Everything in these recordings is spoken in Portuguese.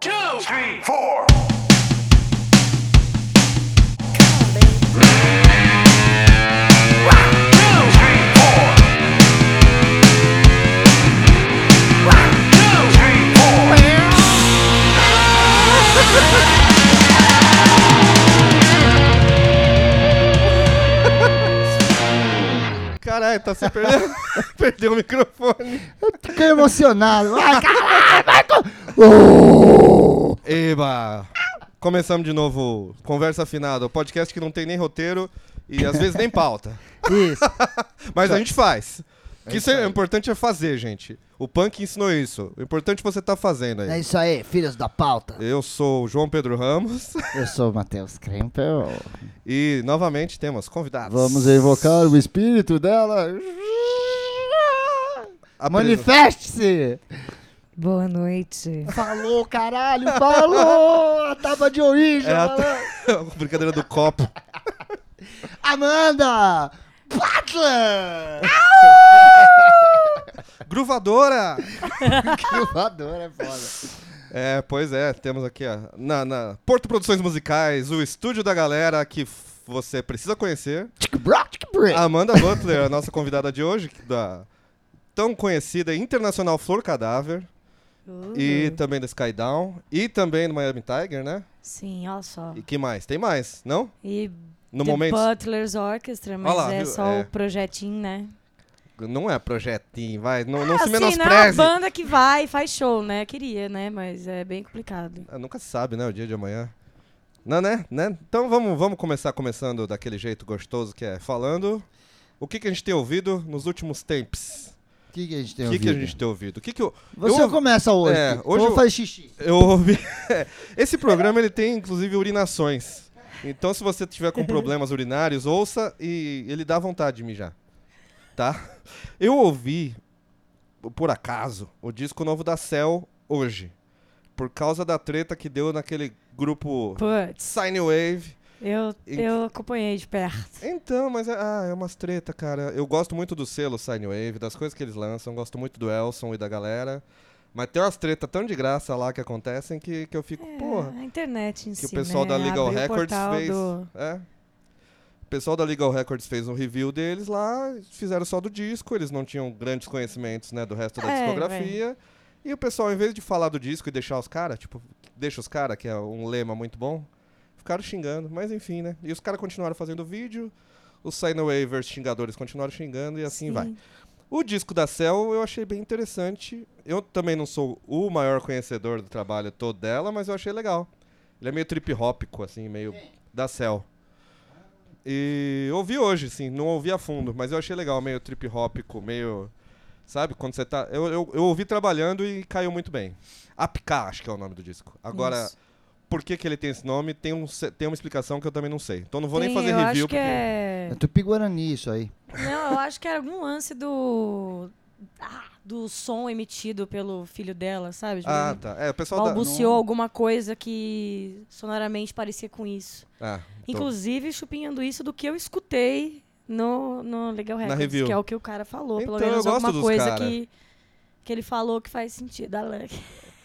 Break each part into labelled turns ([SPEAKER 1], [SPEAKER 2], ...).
[SPEAKER 1] One, three, four. One, two, three, four. One, two, three, four.
[SPEAKER 2] Caralho, tá se perdendo. Perdeu o microfone.
[SPEAKER 3] Fiquei emocionado. Ai, cara.
[SPEAKER 2] Eba! Começamos de novo o Conversa Afinada, o podcast que não tem nem roteiro e às vezes nem pauta.
[SPEAKER 3] Isso.
[SPEAKER 2] Mas a gente faz. Que isso Tá. é, o importante é fazer, gente. O punk ensinou isso. O importante é você tá fazendo
[SPEAKER 3] É
[SPEAKER 2] aí.
[SPEAKER 3] isso aí, filhos da pauta.
[SPEAKER 2] Eu sou o João Pedro Ramos
[SPEAKER 3] Eu sou o Matheus Krempel.
[SPEAKER 2] e novamente temos convidados.
[SPEAKER 3] Vamos invocar o espírito dela.
[SPEAKER 2] A presen-
[SPEAKER 3] Manifeste-se!
[SPEAKER 4] Boa noite.
[SPEAKER 3] Falou, caralho, falou! A tábua de origem!
[SPEAKER 2] É a
[SPEAKER 3] malandro.
[SPEAKER 2] a brincadeira do copo.
[SPEAKER 3] Amanda! Butler!
[SPEAKER 2] Gruvadora!
[SPEAKER 3] Que voador, é foda.
[SPEAKER 2] É, pois é, temos aqui ó, na, na Porto Produções Musicais, o estúdio da galera que f- você precisa conhecer.
[SPEAKER 3] Tic broc, tic brick.
[SPEAKER 2] A Amanda Butler, a nossa convidada de hoje, que da tão conhecida internacional Flor Cadáver,
[SPEAKER 4] Uhum.
[SPEAKER 2] e também da Skydown, e também do Miami Tiger, né?
[SPEAKER 4] Sim, olha só.
[SPEAKER 2] E que mais? Tem mais, não?
[SPEAKER 4] E
[SPEAKER 2] No
[SPEAKER 4] The
[SPEAKER 2] momento,
[SPEAKER 4] Butler's Orchestra, mas
[SPEAKER 2] lá,
[SPEAKER 4] é
[SPEAKER 2] viu?
[SPEAKER 4] só
[SPEAKER 2] É.
[SPEAKER 4] o projetinho, né?
[SPEAKER 2] não é projetinho, vai, não, não se
[SPEAKER 4] assim, não é uma
[SPEAKER 2] menospreze.
[SPEAKER 4] banda que vai e faz show, né? Queria, né? Mas é bem complicado.
[SPEAKER 2] Ah, Nunca se sabe, né, o dia de amanhã. Não, né? né? Então vamos, vamos começar começando daquele jeito gostoso que é falando. O que, que a gente tem ouvido nos últimos tempos?
[SPEAKER 3] O Ah, que, que a gente tem
[SPEAKER 2] O que, que a
[SPEAKER 3] ouvido?
[SPEAKER 2] gente tem ouvido? O que, que eu.
[SPEAKER 3] Você
[SPEAKER 2] eu,
[SPEAKER 3] começa hoje.
[SPEAKER 2] É,
[SPEAKER 3] Kiko.
[SPEAKER 2] hoje
[SPEAKER 3] Ou
[SPEAKER 2] eu-
[SPEAKER 3] faz xixi.
[SPEAKER 2] eu ouvi. Esse programa ele tem, inclusive, urinações. Então, se você tiver com problemas urinários, ouça e ele dá vontade de mijar. Tá? Eu ouvi, por acaso, o disco novo da Cell hoje. Por causa da treta que deu naquele grupo
[SPEAKER 4] Putz,
[SPEAKER 2] Sine Wave.
[SPEAKER 4] eu,
[SPEAKER 2] E-
[SPEAKER 4] eu acompanhei de perto.
[SPEAKER 2] Então, mas é, ah, é umas treta, cara. Eu gosto muito do selo Sinewave, das coisas que eles lançam, gosto muito do Elson e da galera. Mas tem umas treta tão de graça lá que acontecem que, que eu fico, porra,
[SPEAKER 4] É, a internet em
[SPEAKER 2] que
[SPEAKER 4] si,
[SPEAKER 2] o pessoal
[SPEAKER 4] né?
[SPEAKER 2] da Legal
[SPEAKER 4] Abriu o
[SPEAKER 2] Records
[SPEAKER 4] portal
[SPEAKER 2] fez.
[SPEAKER 4] do-
[SPEAKER 2] É. O pessoal da Legal Records fez um review deles lá, fizeram só do disco, eles não tinham grandes conhecimentos, né, do resto da
[SPEAKER 4] É,
[SPEAKER 2] discografia. E o pessoal, em vez de falar do disco e deixar os caras, tipo, deixa os caras, que é um lema muito bom, ficaram xingando, mas enfim, né? E os caras continuaram fazendo vídeo, os Sinewavers xingadores continuaram xingando e assim
[SPEAKER 4] Sim.
[SPEAKER 2] vai. O disco da Cell eu achei bem interessante. Eu também não sou o maior conhecedor do trabalho todo dela, mas eu achei legal. Ele é meio trip hopico, assim, meio da Cell. E ouvi hoje, sim, não ouvi a fundo, mas eu achei legal, meio trip hopico, meio. Sabe, quando você tá. Eu, eu, eu ouvi trabalhando e caiu muito bem. Apcar, acho que é o nome do disco. Agora,
[SPEAKER 4] Isso.
[SPEAKER 2] por que, que ele tem esse nome? Tem, um, se- tem uma explicação que eu também não sei. Então não vou nem
[SPEAKER 4] Tem,
[SPEAKER 2] fazer
[SPEAKER 4] eu
[SPEAKER 2] review.
[SPEAKER 4] Acho que é...
[SPEAKER 3] É tupi-guarani isso aí.
[SPEAKER 4] Não, eu acho que era algum lance do... Ah, do som emitido pelo filho dela, sabe? Tipo,
[SPEAKER 2] Ah, tá. É, o pessoal da.
[SPEAKER 4] balbuciou alguma coisa que sonoramente parecia com isso.
[SPEAKER 2] Ah, então-
[SPEAKER 4] Inclusive, chupinhando isso do que eu escutei no, no Legal
[SPEAKER 2] Na
[SPEAKER 4] Records,
[SPEAKER 2] review.
[SPEAKER 4] que é o que o cara falou.
[SPEAKER 2] Então,
[SPEAKER 4] pelo menos
[SPEAKER 2] eu gosto
[SPEAKER 4] alguma
[SPEAKER 2] dos
[SPEAKER 4] coisa
[SPEAKER 2] cara.
[SPEAKER 4] que, que ele falou que faz sentido. Alan.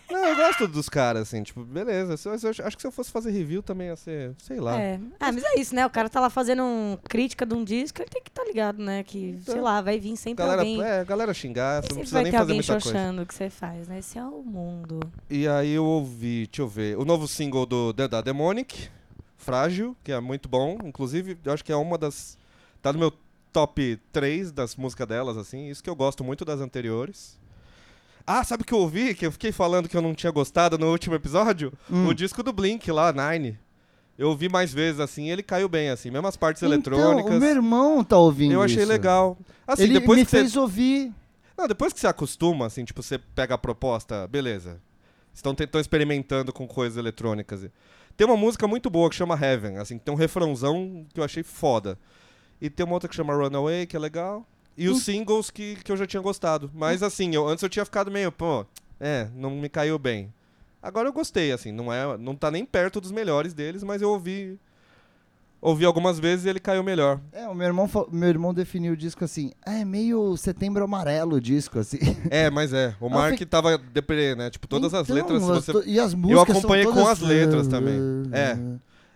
[SPEAKER 2] Não, eu gosto dos caras, assim, tipo, beleza. Se eu- se eu- acho que se eu fosse fazer review também ia ser, sei lá.
[SPEAKER 4] É. Ah, mas é isso, né? O cara tá lá fazendo um crítica de um disco, ele tem que estar tá ligado, né? Que, sei lá, vai vir sempre
[SPEAKER 2] Então, galera,
[SPEAKER 4] alguém.
[SPEAKER 2] é, galera xingar, você não
[SPEAKER 4] Sempre
[SPEAKER 2] precisa
[SPEAKER 4] vai
[SPEAKER 2] nem
[SPEAKER 4] ter
[SPEAKER 2] fazer
[SPEAKER 4] alguém
[SPEAKER 2] muita coisa.
[SPEAKER 4] xoxando o que você faz, né? Esse é o mundo.
[SPEAKER 2] E aí eu ouvi, deixa eu ver, o novo single do The- da Demonic, Frágil, que é muito bom. Inclusive, eu acho que é uma das. Tá no meu top 3 das músicas delas, assim. Isso que eu gosto muito das anteriores. Ah, sabe o que eu ouvi? Que eu fiquei falando que eu não tinha gostado no último episódio?
[SPEAKER 3] Hum.
[SPEAKER 2] O disco do Blink lá, Nine. Eu ouvi mais vezes, assim, e ele caiu bem, assim. Mesmo as partes eletrônicas.
[SPEAKER 3] Então, o meu irmão tá ouvindo
[SPEAKER 2] Eu achei
[SPEAKER 3] isso.
[SPEAKER 2] legal. Assim,
[SPEAKER 3] Ele
[SPEAKER 2] depois
[SPEAKER 3] me
[SPEAKER 2] que você-
[SPEAKER 3] fez ouvir.
[SPEAKER 2] Não, depois que você acostuma, assim, tipo, você pega a proposta, beleza. Estão tentando experimentando com coisas eletrônicas. Tem uma música muito boa que chama Heaven, assim, tem um refrãozão que eu achei foda. E tem uma outra que chama Runaway, que é legal. E
[SPEAKER 3] Hum.
[SPEAKER 2] os singles que, que eu já tinha gostado. Mas assim, eu, antes eu tinha ficado meio, pô, é, não me caiu bem. Agora eu gostei, assim, não é, não tá nem perto dos melhores deles, mas eu ouvi ouvi algumas vezes e ele caiu melhor.
[SPEAKER 3] É, o meu irmão, fa- meu irmão definiu o disco assim. É meio setembro amarelo o disco, assim.
[SPEAKER 2] É, mas é. O
[SPEAKER 3] Eu
[SPEAKER 2] Mark
[SPEAKER 3] fiquei-
[SPEAKER 2] tava deprê, né? Tipo, todas as
[SPEAKER 3] Então,
[SPEAKER 2] letras.
[SPEAKER 3] as
[SPEAKER 2] Você...
[SPEAKER 3] to- E as músicas são
[SPEAKER 2] acompanhei com
[SPEAKER 3] todas-
[SPEAKER 2] as letras também. É.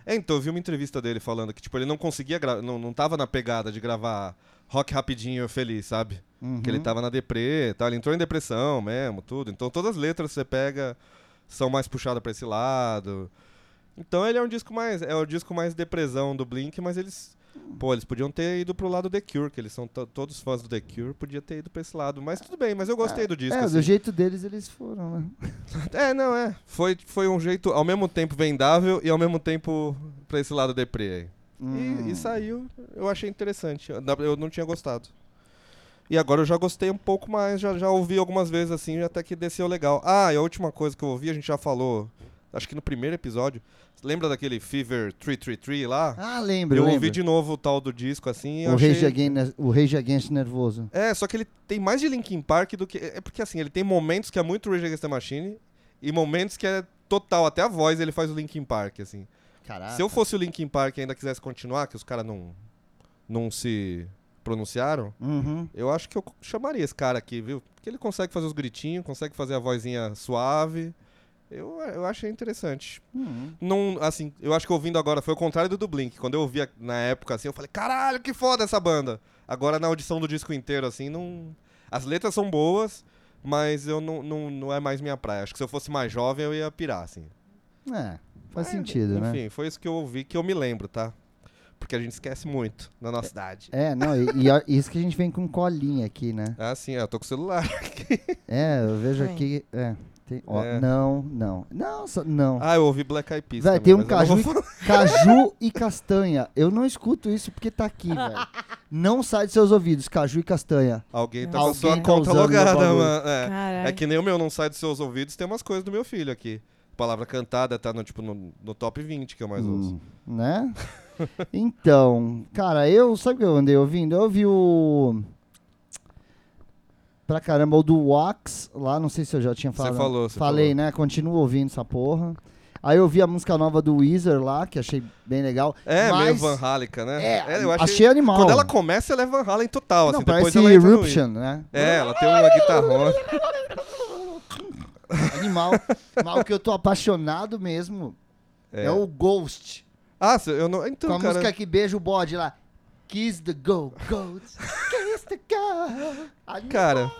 [SPEAKER 2] É, então, eu vi uma entrevista dele falando que, tipo, ele não conseguia gravar. Não, não tava na pegada de gravar rock rapidinho e feliz, sabe?
[SPEAKER 3] Uhum.
[SPEAKER 2] Que ele tava na deprê, tá? Ele entrou em depressão mesmo, tudo. Então todas as letras que você pega são mais puxadas pra esse lado. Então ele é um disco mais. É o disco mais depressão do Blink, mas eles. Pô, eles podiam ter ido pro lado The Cure, que eles são to- todos fãs do The Cure, podia ter ido pra esse lado. Mas tudo bem, mas eu gostei do disco.
[SPEAKER 3] É,
[SPEAKER 2] assim.
[SPEAKER 3] do jeito deles eles foram, né?
[SPEAKER 2] É, não, é. Foi, foi um jeito ao mesmo tempo vendável e ao mesmo tempo pra esse lado deprê aí.
[SPEAKER 3] Uhum.
[SPEAKER 2] E, e saiu, eu achei interessante. Eu- Eu não tinha gostado. E agora eu já gostei um pouco mais, já, já ouvi algumas vezes assim, até que desceu legal. Ah, e a última coisa que eu ouvi, a gente já falou, acho que no primeiro episódio. Lembra daquele Fever 333 lá?
[SPEAKER 3] Ah, lembro,
[SPEAKER 2] eu
[SPEAKER 3] lembro.
[SPEAKER 2] ouvi de novo o tal do disco assim. e eu
[SPEAKER 3] o,
[SPEAKER 2] achei...
[SPEAKER 3] Rage Against, o Rage Against Nervoso.
[SPEAKER 2] É, só que ele tem mais de Linkin Park do que. É porque assim, ele tem momentos que é muito Rage Against the Machine e momentos que é total, até a voz ele faz o Linkin Park, assim.
[SPEAKER 3] Caraca.
[SPEAKER 2] Se eu fosse o Linkin Park e ainda quisesse continuar, que os caras não, não se pronunciaram,
[SPEAKER 3] Uhum.
[SPEAKER 2] eu acho que eu chamaria esse cara aqui, viu? Porque ele consegue fazer os gritinhos, consegue fazer a vozinha suave. Eu, eu achei interessante.
[SPEAKER 3] Uhum.
[SPEAKER 2] Não, assim, eu acho que ouvindo agora foi o contrário do do Blink. Quando eu ouvi a- na época, assim, eu falei, caralho, que foda essa banda. Agora na audição do disco inteiro, assim, não. As letras são boas, mas eu não, não, não é mais minha praia. Acho que se eu fosse mais jovem, eu ia pirar, assim.
[SPEAKER 3] É, faz
[SPEAKER 2] Mas,
[SPEAKER 3] sentido, né?
[SPEAKER 2] Enfim, foi isso que eu ouvi, que eu me lembro, tá? Porque a gente esquece muito na nossa idade.
[SPEAKER 3] É, não, e, e a- isso que a gente vem com colinha aqui, né?
[SPEAKER 2] Ah, sim, eu tô com o celular.
[SPEAKER 3] É, eu vejo
[SPEAKER 4] Vem.
[SPEAKER 3] aqui. É, tem- ó,
[SPEAKER 2] É.
[SPEAKER 3] Não, não. Não, só- não.
[SPEAKER 2] Ah, eu ouvi Black Eyed Peas.
[SPEAKER 3] Véi,
[SPEAKER 2] também,
[SPEAKER 3] tem um
[SPEAKER 2] mas eu não vou
[SPEAKER 3] caju,
[SPEAKER 2] falar.
[SPEAKER 3] e- caju e castanha. Eu não escuto isso porque tá aqui, velho. Não sai dos seus ouvidos, caju e castanha.
[SPEAKER 2] Alguém tá com a
[SPEAKER 4] Alguém
[SPEAKER 2] sua conta
[SPEAKER 3] causando meu
[SPEAKER 2] logada,
[SPEAKER 3] bagulho.
[SPEAKER 2] mano. É.
[SPEAKER 4] Caralho.
[SPEAKER 2] É que nem o meu não sai dos seus ouvidos, tem umas coisas do meu filho aqui. Palavra cantada tá no, tipo, no, no top 20 que eu mais ouço.
[SPEAKER 3] Hum, né? então, cara, eu. Sabe o que eu andei ouvindo? Eu ouvi o. Pra caramba, o do Wax lá, não sei se eu já tinha
[SPEAKER 2] Você
[SPEAKER 3] falado.
[SPEAKER 2] falou, você
[SPEAKER 3] Falei,
[SPEAKER 2] falou.
[SPEAKER 3] né? Continuo ouvindo essa porra. Aí eu vi a música nova do Weezer lá, que achei bem legal.
[SPEAKER 2] É, meio
[SPEAKER 3] mas,
[SPEAKER 2] Van Halen, né?
[SPEAKER 3] É,
[SPEAKER 2] eu achei...
[SPEAKER 3] achei animal.
[SPEAKER 2] Quando ela começa, ela é Van Halen total,
[SPEAKER 3] não,
[SPEAKER 2] assim. Depois
[SPEAKER 3] parece
[SPEAKER 2] ela entra no hino.
[SPEAKER 3] Eruption, né?
[SPEAKER 2] É, ela tem uma guitarrona.
[SPEAKER 3] Animal. Mal que eu tô apaixonado mesmo. É, o Ghost.
[SPEAKER 2] Ah, cê- eu não...
[SPEAKER 3] Com a
[SPEAKER 2] Então, cara...
[SPEAKER 3] música que beija o bode lá. Kiss the Go, Ghost. Kiss the Go. Animal.
[SPEAKER 2] Cara,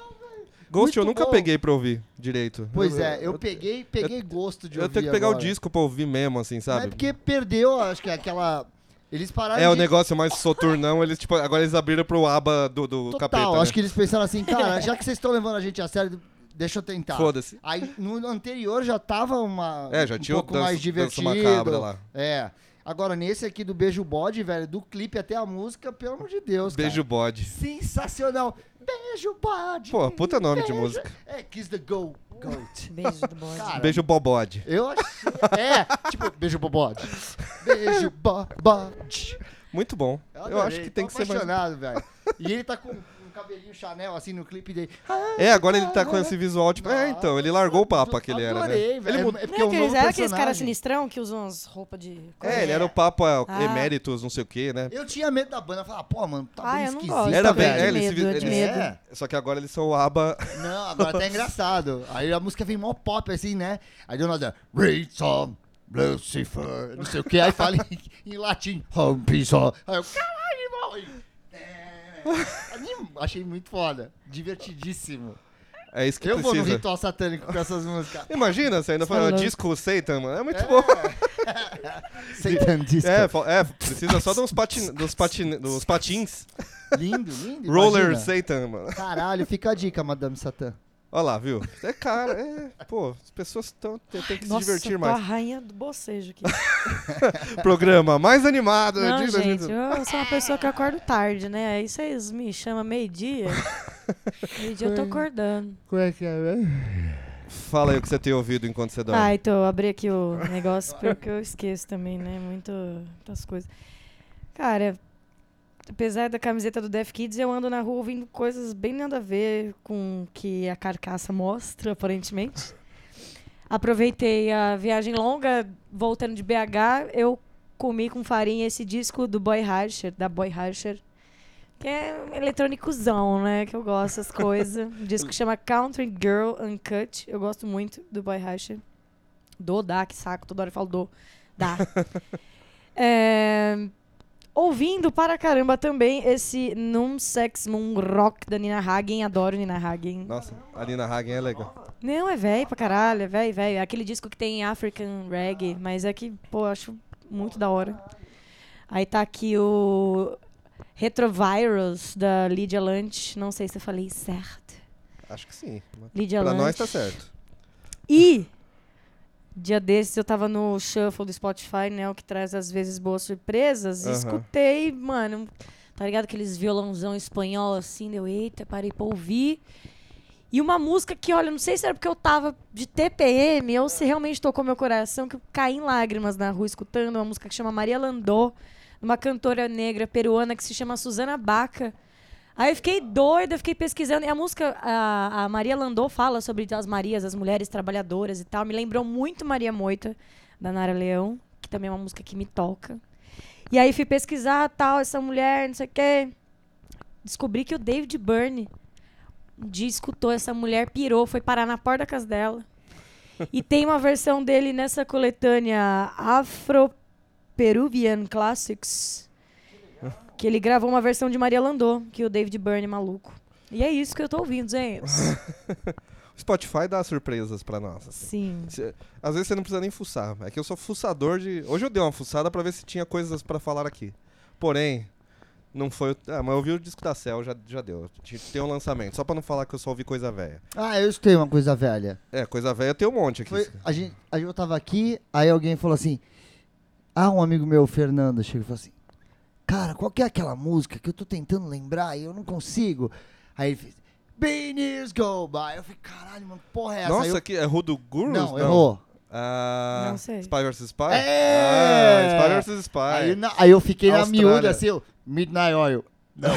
[SPEAKER 2] Ghost
[SPEAKER 3] Muito
[SPEAKER 2] eu nunca
[SPEAKER 3] bom.
[SPEAKER 2] peguei pra ouvir direito.
[SPEAKER 3] Pois é, eu peguei, peguei gosto de
[SPEAKER 2] Eu
[SPEAKER 3] ouvir
[SPEAKER 2] tenho que pegar o
[SPEAKER 3] agora.
[SPEAKER 2] disco pra ouvir mesmo, assim,
[SPEAKER 3] Mas
[SPEAKER 2] sabe?
[SPEAKER 3] É porque perdeu, acho que é aquela... Eles pararam
[SPEAKER 2] É, o
[SPEAKER 3] de-
[SPEAKER 2] negócio mais soturnão, eles, tipo, agora eles abriram pro aba do, do
[SPEAKER 3] Total,
[SPEAKER 2] capeta.
[SPEAKER 3] acho
[SPEAKER 2] né?
[SPEAKER 3] que eles pensaram assim, cara, já que vocês estão levando a gente a sério, deixa eu tentar.
[SPEAKER 2] Foda-se.
[SPEAKER 3] Aí no anterior já tava uma
[SPEAKER 2] É, já
[SPEAKER 3] um
[SPEAKER 2] tinha o
[SPEAKER 3] pouco
[SPEAKER 2] Dança-
[SPEAKER 3] mais
[SPEAKER 2] Dança
[SPEAKER 3] divertido.
[SPEAKER 2] Macabra lá.
[SPEAKER 3] É. Agora nesse aqui do Beijo Bode, velho, do clipe até a música, pelo amor de Deus, cara.
[SPEAKER 2] Beijo bode.
[SPEAKER 3] sensacional. Beijo Bode.
[SPEAKER 2] Pô, puta nome de
[SPEAKER 3] beijo-
[SPEAKER 2] música.
[SPEAKER 3] É Kiss the Go Goat.
[SPEAKER 4] Beijo do bode.
[SPEAKER 3] Cara,
[SPEAKER 2] Beijo bobode.
[SPEAKER 3] Eu achei. É, tipo, beijo bobode. Beijo bobode.
[SPEAKER 2] Muito bom. eu acho
[SPEAKER 3] adorei,
[SPEAKER 2] que tem
[SPEAKER 3] tô
[SPEAKER 2] que ser mais...
[SPEAKER 3] apaixonado, velho. E ele tá com um cabelinho Chanel assim no clipe dele.
[SPEAKER 2] É, agora ele tá com esse visual, tipo... É, então, ele largou o papo que ele era, né?
[SPEAKER 3] Adorei, velho.
[SPEAKER 2] Ele mu-
[SPEAKER 3] É, é porque
[SPEAKER 4] Não é
[SPEAKER 3] é um
[SPEAKER 4] aqueles,
[SPEAKER 3] novo
[SPEAKER 4] era aqueles caras
[SPEAKER 3] personagem.
[SPEAKER 4] sinistrão que usam as roupas de.
[SPEAKER 2] É, ele era o papa
[SPEAKER 4] Ah.
[SPEAKER 2] eméritus, não sei o quê, né?
[SPEAKER 3] Eu tinha medo da banda, falava, pô, mano, tá
[SPEAKER 4] Ah,
[SPEAKER 3] bem
[SPEAKER 4] eu não
[SPEAKER 3] esquisito.
[SPEAKER 4] gosto,
[SPEAKER 2] Era bem...
[SPEAKER 4] velho.
[SPEAKER 2] É,
[SPEAKER 4] De
[SPEAKER 2] eles se
[SPEAKER 4] medo,
[SPEAKER 2] vi-
[SPEAKER 4] de
[SPEAKER 2] eles-
[SPEAKER 4] medo.
[SPEAKER 3] É.
[SPEAKER 2] Só que agora eles são o aba...
[SPEAKER 3] Não, agora tá engraçado. Aí a música vem mó pop, assim, né? Aí do nada, Read some Lucifer, não sei o que. Aí fala em, em latim, Rompiso. Aí eu, caralho, irmão. Aí, é, anim- Achei muito foda. Divertidíssimo.
[SPEAKER 2] É isso que
[SPEAKER 3] eu vou no
[SPEAKER 2] precisa.
[SPEAKER 3] ritual satânico com essas músicas.
[SPEAKER 2] Imagina, você ainda
[SPEAKER 4] Tá
[SPEAKER 2] fala
[SPEAKER 4] louco.
[SPEAKER 2] disco Satan, mano. É muito bom.
[SPEAKER 3] Satan Disco.
[SPEAKER 2] É, fa- é, precisa só dos, patin, dos, patin, dos patins.
[SPEAKER 3] Lindo, lindo.
[SPEAKER 2] Roller
[SPEAKER 3] imagina.
[SPEAKER 2] Satan, mano.
[SPEAKER 3] Caralho, fica a dica, Madame Satã.
[SPEAKER 2] Olha lá, viu? É cara, é. Pô, as pessoas tão, tem, tem que
[SPEAKER 4] Nossa,
[SPEAKER 2] se divertir
[SPEAKER 4] tô a
[SPEAKER 2] mais.
[SPEAKER 4] rainha do bocejo aqui.
[SPEAKER 2] Programa mais animado
[SPEAKER 4] Não,
[SPEAKER 2] de
[SPEAKER 4] gente,
[SPEAKER 2] 2000.
[SPEAKER 4] eu sou uma pessoa que acordo tarde, né? Aí vocês me chamam meio-dia. meio-dia eu tô acordando.
[SPEAKER 3] Como é que é, velho?
[SPEAKER 2] Fala aí o que você tem ouvido enquanto você dorme.
[SPEAKER 4] Ah, então eu abri aqui o negócio porque eu esqueço também, né? Muito, muitas coisas. Cara, apesar da camiseta do Def Kids, eu ando na rua ouvindo coisas bem nada a ver com o que a carcaça mostra, aparentemente. Aproveitei a viagem longa, voltando de BH, eu comi com farinha esse disco do Boy Harsher, da Boy Harsher. Que é um eletrônicozão, né? Que eu gosto dessas coisas. Um disco que chama Country Girl Uncut. Eu gosto muito do Boy Harsher. Do, dá, que saco. Toda hora eu falo do. Dá. É, ouvindo para caramba também esse Num Sex Moon Rock da Nina Hagen. Adoro Nina Hagen.
[SPEAKER 2] Nossa, a Nina Hagen é legal.
[SPEAKER 4] Não, é velho pra caralho, é velho, velho. É aquele disco que tem African Reggae, mas é que, pô, eu acho muito da hora. Aí tá aqui o Retrovirus, da Lydia Lunch. Não sei se eu falei certo.
[SPEAKER 2] Acho que sim.
[SPEAKER 4] Lydia
[SPEAKER 2] Pra
[SPEAKER 4] Lunch.
[SPEAKER 2] nós tá certo.
[SPEAKER 4] E, dia desses, eu tava no Shuffle do Spotify, né? O que traz, às vezes, boas surpresas. E
[SPEAKER 2] Aham.
[SPEAKER 4] escutei, mano, tá ligado? Aqueles violãozão espanhol, assim. Deu, eita, parei pra ouvir. E uma música que, olha, não sei se era porque eu tava de TPM ou se realmente tocou meu coração, que eu caí em lágrimas na rua escutando uma música que chama Maria Landó, uma cantora negra peruana que se chama Susana Baca. Aí eu fiquei doida, eu fiquei pesquisando. E a música, a, a Maria Landô fala sobre as Marias, as mulheres trabalhadoras e tal. Me lembrou muito Maria Moita, da Nara Leão, que também é uma música que me toca. E aí fui pesquisar, tal, essa mulher, não sei o quê. Descobri que o David Byrne um dia escutou essa mulher, pirou, foi parar na porta da casa dela. E tem uma versão dele nessa coletânea Afro-Peruvian Classics que ele gravou uma versão de Maria Landô, que o David Byrne é maluco. E é isso que eu tô ouvindo, gente.
[SPEAKER 2] O Spotify dá surpresas pra nós. assim.
[SPEAKER 4] Sim.
[SPEAKER 2] Cê- às vezes você não precisa nem fuçar. É que eu sou fuçador de. Hoje eu dei uma fuçada pra ver se tinha coisas pra falar aqui. Porém, não foi. o- Ah, mas eu vi o disco da Cell, já, já deu. Ti- Tem um lançamento. Só pra não falar que eu só ouvi coisa velha.
[SPEAKER 3] Ah, eu escutei uma coisa velha.
[SPEAKER 2] É, coisa velha tem um monte aqui.
[SPEAKER 3] Foi, a, gente, a gente tava aqui, aí alguém falou assim. Ah, um amigo meu, o Fernando, chegou e falou assim: Cara, qual que é aquela música que eu tô tentando lembrar e eu não consigo? Aí ele fez: Been Years Go By. Eu falei: Caralho, mano, que porra é essa? Aí
[SPEAKER 2] Nossa,
[SPEAKER 3] eu,
[SPEAKER 2] que é Rudo Gurus?
[SPEAKER 3] não, errou.
[SPEAKER 2] Ah,
[SPEAKER 4] Não sei.
[SPEAKER 2] Spy vs Spy?
[SPEAKER 3] É!
[SPEAKER 2] Ah, Spy vs Spy.
[SPEAKER 3] Aí, na- aí eu fiquei
[SPEAKER 2] Austrália.
[SPEAKER 3] na miúda, assim, eu, Midnight Oil. Não.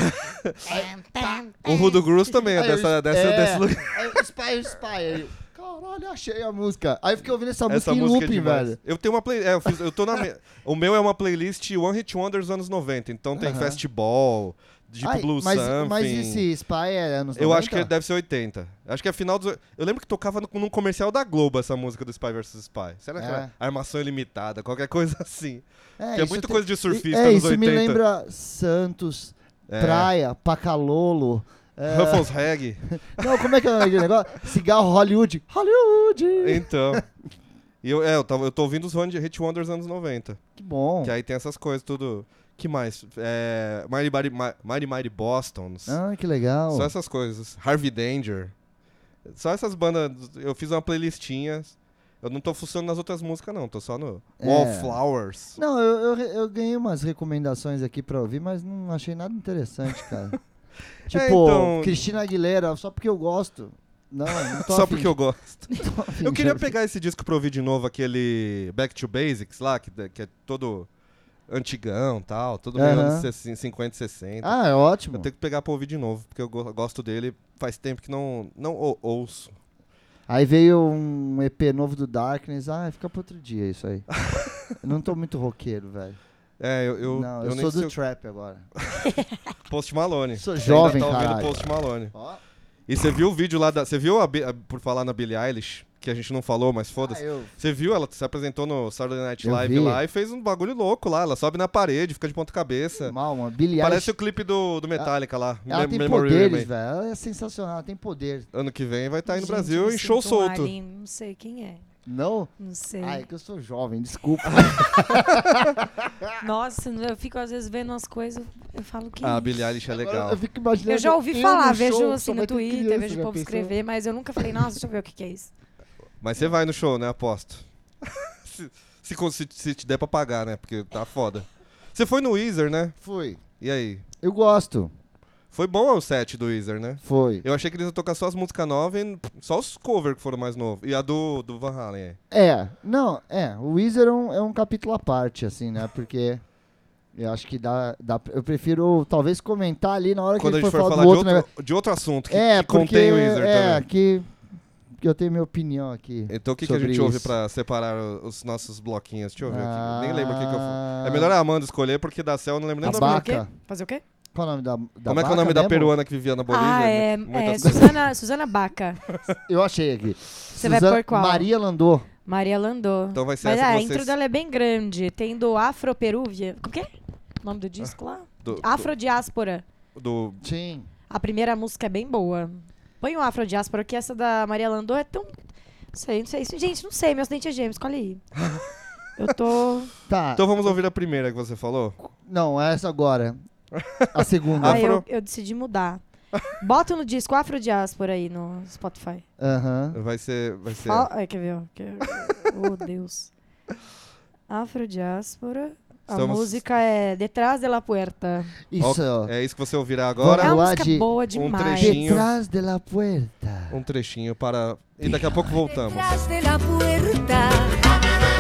[SPEAKER 3] tá,
[SPEAKER 2] O Rudo Gruz também é
[SPEAKER 3] Aí eu-
[SPEAKER 2] dessa, dessa,
[SPEAKER 3] é,
[SPEAKER 2] desse lugar.
[SPEAKER 3] aí eu, Spy, Spy. Aí eu, Caralho, achei a música. Aí eu fiquei ouvindo essa,
[SPEAKER 2] Essa
[SPEAKER 3] música em
[SPEAKER 2] música é
[SPEAKER 3] looping,
[SPEAKER 2] demais.
[SPEAKER 3] velho.
[SPEAKER 2] Eu tenho uma play, é, eu fiz- eu tô na me- o meu é uma playlist One Hit Wonders anos 90, então tem
[SPEAKER 3] Aham.
[SPEAKER 2] Fastball, Deep
[SPEAKER 3] Ai,
[SPEAKER 2] Blue
[SPEAKER 3] mas,
[SPEAKER 2] Something.
[SPEAKER 3] Mas esse Spy é anos
[SPEAKER 2] Eu
[SPEAKER 3] 90?
[SPEAKER 2] acho que deve ser 80. Acho que é final dos. Eu lembro que tocava no, num comercial da Globo essa música do Spy vs Spy. Será que
[SPEAKER 3] É.
[SPEAKER 2] era armação ilimitada, qualquer coisa assim.
[SPEAKER 3] É,
[SPEAKER 2] que é
[SPEAKER 3] isso
[SPEAKER 2] muita
[SPEAKER 3] tem-
[SPEAKER 2] coisa de surfista
[SPEAKER 3] É,
[SPEAKER 2] anos
[SPEAKER 3] isso
[SPEAKER 2] 80.
[SPEAKER 3] me lembra Santos,
[SPEAKER 2] É.
[SPEAKER 3] Praia, Pacalolo. é,
[SPEAKER 2] Ruffles Reg.
[SPEAKER 3] não, como é que é aquele negócio? Cigarro Hollywood. Hollywood!
[SPEAKER 2] Então. E eu, é, eu, tava, eu tô ouvindo os One Hit Wonders anos 90.
[SPEAKER 3] Que bom.
[SPEAKER 2] Que é aí tem essas coisas, tudo. Que mais? É, Mighty, Mighty, Mi- Mighty Mighty Bostons.
[SPEAKER 3] Ah, que legal.
[SPEAKER 2] Só essas coisas. Harvey Danger. Só essas bandas. Eu fiz uma playlistinha. Eu não tô funcionando nas outras músicas, não. Tô só no
[SPEAKER 3] É.
[SPEAKER 2] Wallflowers.
[SPEAKER 3] Não, eu, eu, eu ganhei umas recomendações aqui pra ouvir, mas não achei nada interessante, cara. tipo,
[SPEAKER 2] então-
[SPEAKER 3] Cristina Aguilera, só porque eu gosto. Não, não tô
[SPEAKER 2] Só
[SPEAKER 3] afim.
[SPEAKER 2] porque eu gosto.
[SPEAKER 3] Não tô afim
[SPEAKER 2] Eu
[SPEAKER 3] de
[SPEAKER 2] queria
[SPEAKER 3] ouvir.
[SPEAKER 2] pegar esse disco pra ouvir de novo, aquele Back to Basics lá, que, que é todo antigão e tal, todo meio
[SPEAKER 3] Aham.
[SPEAKER 2] anos 60, 50, 60.
[SPEAKER 3] Ah, é
[SPEAKER 2] Eu
[SPEAKER 3] ótimo.
[SPEAKER 2] tenho que pegar pra ouvir de novo, porque eu go- gosto dele. Faz tempo que não, não ou- ouço.
[SPEAKER 3] Aí veio um EP novo do Darkness. Ah, fica pra outro dia isso aí. eu não tô muito roqueiro, velho.
[SPEAKER 2] É, eu, eu,
[SPEAKER 3] Não,
[SPEAKER 2] eu
[SPEAKER 3] eu,
[SPEAKER 2] nem
[SPEAKER 3] sou do
[SPEAKER 2] sei o-
[SPEAKER 3] trap agora.
[SPEAKER 2] Post Malone.
[SPEAKER 3] Sou
[SPEAKER 2] Ainda
[SPEAKER 3] jovem,
[SPEAKER 2] tá ouvindo
[SPEAKER 3] caralho.
[SPEAKER 2] Post Malone.
[SPEAKER 3] Ó,
[SPEAKER 2] E você viu o vídeo lá da. Você viu a, Bi- a- por falar na Billie Eilish, que a gente não falou, mas
[SPEAKER 3] ah,
[SPEAKER 2] foda-se.
[SPEAKER 3] eu...
[SPEAKER 2] Você viu? Ela se apresentou no Saturday Night
[SPEAKER 3] Eu
[SPEAKER 2] Live
[SPEAKER 3] vi.
[SPEAKER 2] lá e fez um bagulho louco lá. Ela sobe na parede, fica de ponta cabeça.
[SPEAKER 3] Mal, mano. Billie
[SPEAKER 2] Parece
[SPEAKER 3] Eilish,
[SPEAKER 2] o clipe do, do Metallica lá.
[SPEAKER 3] ela
[SPEAKER 2] Me-
[SPEAKER 3] tem
[SPEAKER 2] Memory
[SPEAKER 3] poderes,
[SPEAKER 2] Remain.
[SPEAKER 3] velho. Ela é sensacional, ela tem poder.
[SPEAKER 2] Ano que vem vai estar Tá aí no
[SPEAKER 4] Gente,
[SPEAKER 2] Brasil
[SPEAKER 4] me
[SPEAKER 2] em show
[SPEAKER 4] sinto um
[SPEAKER 2] solto.
[SPEAKER 4] alien, Não sei quem é.
[SPEAKER 3] Não?
[SPEAKER 4] Não sei.
[SPEAKER 3] Ah, é que eu sou jovem, desculpa.
[SPEAKER 4] Nossa, eu fico às vezes vendo umas coisas, eu falo que.
[SPEAKER 2] Ah, a Billie Eilish é
[SPEAKER 3] Agora
[SPEAKER 2] legal.
[SPEAKER 3] Eu, fico imaginando
[SPEAKER 4] eu já ouvi
[SPEAKER 3] no
[SPEAKER 4] falar,
[SPEAKER 3] show,
[SPEAKER 4] vejo
[SPEAKER 3] só
[SPEAKER 4] assim
[SPEAKER 3] vai
[SPEAKER 4] no
[SPEAKER 3] ter
[SPEAKER 4] Twitter,
[SPEAKER 3] criança,
[SPEAKER 4] vejo o
[SPEAKER 3] já
[SPEAKER 4] povo
[SPEAKER 3] pensou?
[SPEAKER 4] escrever, mas eu nunca falei, nossa, deixa eu ver o que, que é isso.
[SPEAKER 2] Mas você vai no show, né? Aposto. se, se, con- se- se te der pra pagar, né? Porque tá foda. Você foi no Weezer, né?
[SPEAKER 3] Foi.
[SPEAKER 2] E aí?
[SPEAKER 3] Eu gosto.
[SPEAKER 2] Foi bom o set do Weezer, né?
[SPEAKER 3] Foi.
[SPEAKER 2] Eu achei que eles iam tocar só as músicas novas e só os covers que foram mais novos. E a do, do Van Halen, é.
[SPEAKER 3] É, não, é. O Weezer é um, é um capítulo à parte, assim, né? Porque eu acho que dá, dá. Eu prefiro talvez comentar ali na hora
[SPEAKER 2] Quando a
[SPEAKER 3] que ele
[SPEAKER 2] gente
[SPEAKER 3] for
[SPEAKER 2] for
[SPEAKER 3] falar,
[SPEAKER 2] falar
[SPEAKER 3] do
[SPEAKER 2] de
[SPEAKER 3] outro.
[SPEAKER 2] outro,
[SPEAKER 3] negócio.
[SPEAKER 2] de outro assunto que,
[SPEAKER 3] É,
[SPEAKER 2] que
[SPEAKER 3] porque.
[SPEAKER 2] contém o Weezer
[SPEAKER 3] é,
[SPEAKER 2] também.
[SPEAKER 3] que. eu tenho minha opinião aqui.
[SPEAKER 2] Então o que, que a
[SPEAKER 3] sobre
[SPEAKER 2] gente ouve
[SPEAKER 3] isso.
[SPEAKER 2] pra separar o- os nossos bloquinhos? Deixa eu ver aqui. Nem lembro o que, que eu fui.
[SPEAKER 3] Ah,
[SPEAKER 2] É melhor a Amanda escolher, porque da Cel eu não lembro nem o nome.
[SPEAKER 3] Abaca.
[SPEAKER 2] dela.
[SPEAKER 4] Fazer o quê? Fazer o quê?
[SPEAKER 3] Qual é o nome da, da
[SPEAKER 2] Como é que é o
[SPEAKER 3] vaca
[SPEAKER 2] nome da
[SPEAKER 3] mesmo?
[SPEAKER 2] peruana que vivia na Bolívia? né?
[SPEAKER 4] ah, é, é
[SPEAKER 2] Muitas-
[SPEAKER 4] Suzana, Suzana Baca.
[SPEAKER 3] Eu achei aqui. Você
[SPEAKER 4] vai pôr qual?
[SPEAKER 3] Maria Landô.
[SPEAKER 4] Maria Landô.
[SPEAKER 2] Então vai ser
[SPEAKER 4] Mas
[SPEAKER 2] essa
[SPEAKER 4] ah,
[SPEAKER 2] que
[SPEAKER 4] a
[SPEAKER 2] vocês-
[SPEAKER 4] intro dela é bem grande. Tem do Afro Peruvia. Como que é? O nome do disco lá?
[SPEAKER 2] Do, do-
[SPEAKER 4] Afro Diáspora.
[SPEAKER 2] do-
[SPEAKER 3] Sim.
[SPEAKER 4] A primeira música é bem boa. Põe o Afro Diáspora, que essa da Maria Landô é tão. Não sei, não sei. Isso- Gente, não sei. Meus dentes é gêmeos, escolhe aí. Eu tô.
[SPEAKER 3] Tá.
[SPEAKER 2] Então vamos ouvir a primeira que você falou?
[SPEAKER 3] Não, é essa agora. A segunda.
[SPEAKER 4] Ah, eu,
[SPEAKER 2] Afro-
[SPEAKER 4] eu decidi mudar. Bota no disco Afro Diáspora aí no Spotify.
[SPEAKER 3] Aham.
[SPEAKER 2] Vai ser. Vai ser.
[SPEAKER 4] Fala... Ai, quer ver? ó, quer- Oh, Deus. Afro Diáspora. A
[SPEAKER 2] Estamos-
[SPEAKER 4] música é Detrás de la Puerta.
[SPEAKER 3] Isso.
[SPEAKER 2] Ó, É isso que você ouvirá
[SPEAKER 4] É
[SPEAKER 2] agora.
[SPEAKER 3] Vamos.
[SPEAKER 4] uma
[SPEAKER 3] Lá
[SPEAKER 4] música
[SPEAKER 3] de-
[SPEAKER 4] boa demais.
[SPEAKER 2] um trechinho.
[SPEAKER 3] Detrás de la puerta.
[SPEAKER 2] Um trechinho para. E daqui a pouco voltamos.
[SPEAKER 5] Detrás de la puerta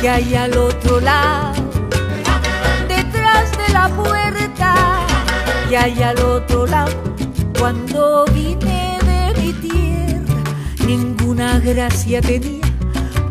[SPEAKER 5] que hay al otro lado. Detrás de la puerta que hay al otro lado. Cuando vine de mi tierra, ninguna gracia tenía.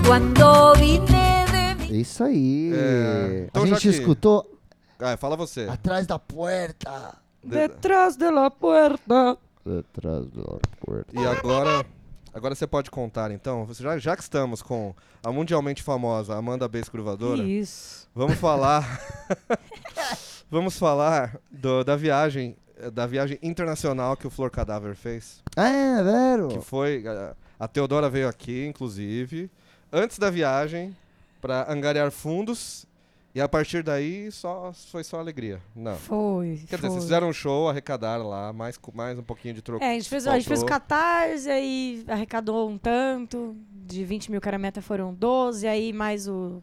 [SPEAKER 5] Cuando vine de mi
[SPEAKER 3] Isso aí.
[SPEAKER 2] É, então
[SPEAKER 3] a
[SPEAKER 2] já
[SPEAKER 3] gente
[SPEAKER 2] que-
[SPEAKER 3] escutou
[SPEAKER 2] Ah, fala você.
[SPEAKER 3] Atrás da puerta.
[SPEAKER 4] Detrás de la Puerta.
[SPEAKER 3] Atrás da puerta.
[SPEAKER 2] E agora. Agora você pode contar, então. Você Já, já que estamos com a mundialmente famosa Amanda B. Escruvadora,
[SPEAKER 4] Isso.
[SPEAKER 2] vamos falar. vamos falar do- da viagem. Da viagem internacional que o Flor Cadáver fez.
[SPEAKER 3] É, vero.
[SPEAKER 2] Que foi. A, a Teodora veio aqui, inclusive, antes da viagem, para angariar fundos. E a partir daí só, foi só alegria. Não.
[SPEAKER 4] Foi.
[SPEAKER 2] Quer dizer,
[SPEAKER 4] foi.
[SPEAKER 2] vocês fizeram um show, arrecadaram lá, mais, co- mais um pouquinho de troco.
[SPEAKER 4] É, a gente fez, a gente fez o
[SPEAKER 2] faltou.
[SPEAKER 4] catarse, aí arrecadou um tanto. De 20 mil que era a meta foram 12. Aí mais o,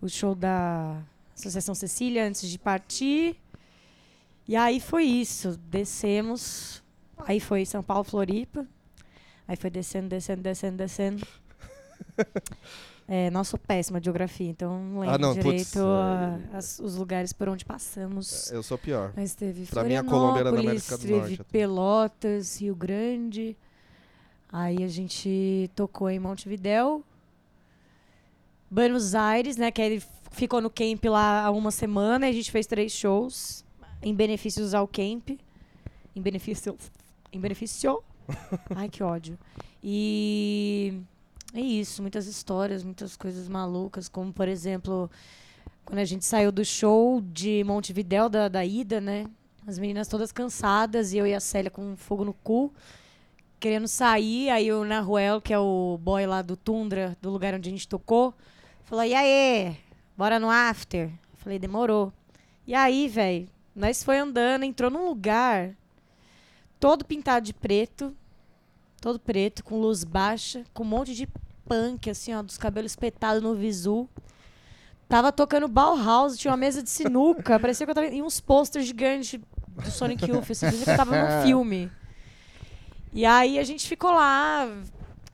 [SPEAKER 4] o show da Associação Cecília antes de partir. E aí foi isso. Descemos. Aí foi São Paulo, Floripa. Aí foi descendo, descendo, descendo, descendo. É, nossa, sou péssima de geografia, então não lembro
[SPEAKER 2] Ah, não, putz,
[SPEAKER 4] direito a-
[SPEAKER 2] é.
[SPEAKER 4] as- os lugares por onde passamos.
[SPEAKER 2] Eu sou pior.
[SPEAKER 4] Mas teve
[SPEAKER 2] Pra mim, a Colômbia era da
[SPEAKER 4] Florianópolis,
[SPEAKER 2] América do
[SPEAKER 4] teve
[SPEAKER 2] Norte até.
[SPEAKER 4] Pelotas, Rio Grande. Aí a gente tocou em Montevidéu. Buenos Aires, né? Que aí ele f- ficou no camp lá há uma semana. E a gente fez três shows em benefícios ao camp. Em benefício... Em benefício... Ai, que ódio. E... É isso, muitas histórias, muitas coisas malucas, como, por exemplo, quando a gente saiu do show de Montevidéu, da, da ida, né? As meninas todas cansadas e eu e a Célia com fogo no cu, querendo sair. Aí o Naruel, que é o boy lá do Tundra, do lugar onde a gente tocou, falou: E aí, bora no after? Eu falei: Demorou. E aí, velho, nós foi andando, entrou num lugar todo pintado de preto, todo preto, com luz baixa, com um monte de punk, assim, ó, dos cabelos espetados no visu. Tava tocando Bauhaus, tinha uma mesa de sinuca, parecia que eu tava. E uns posters gigantes do Sonic Youth, assim, parecia que eu tava num filme. E aí a gente ficou lá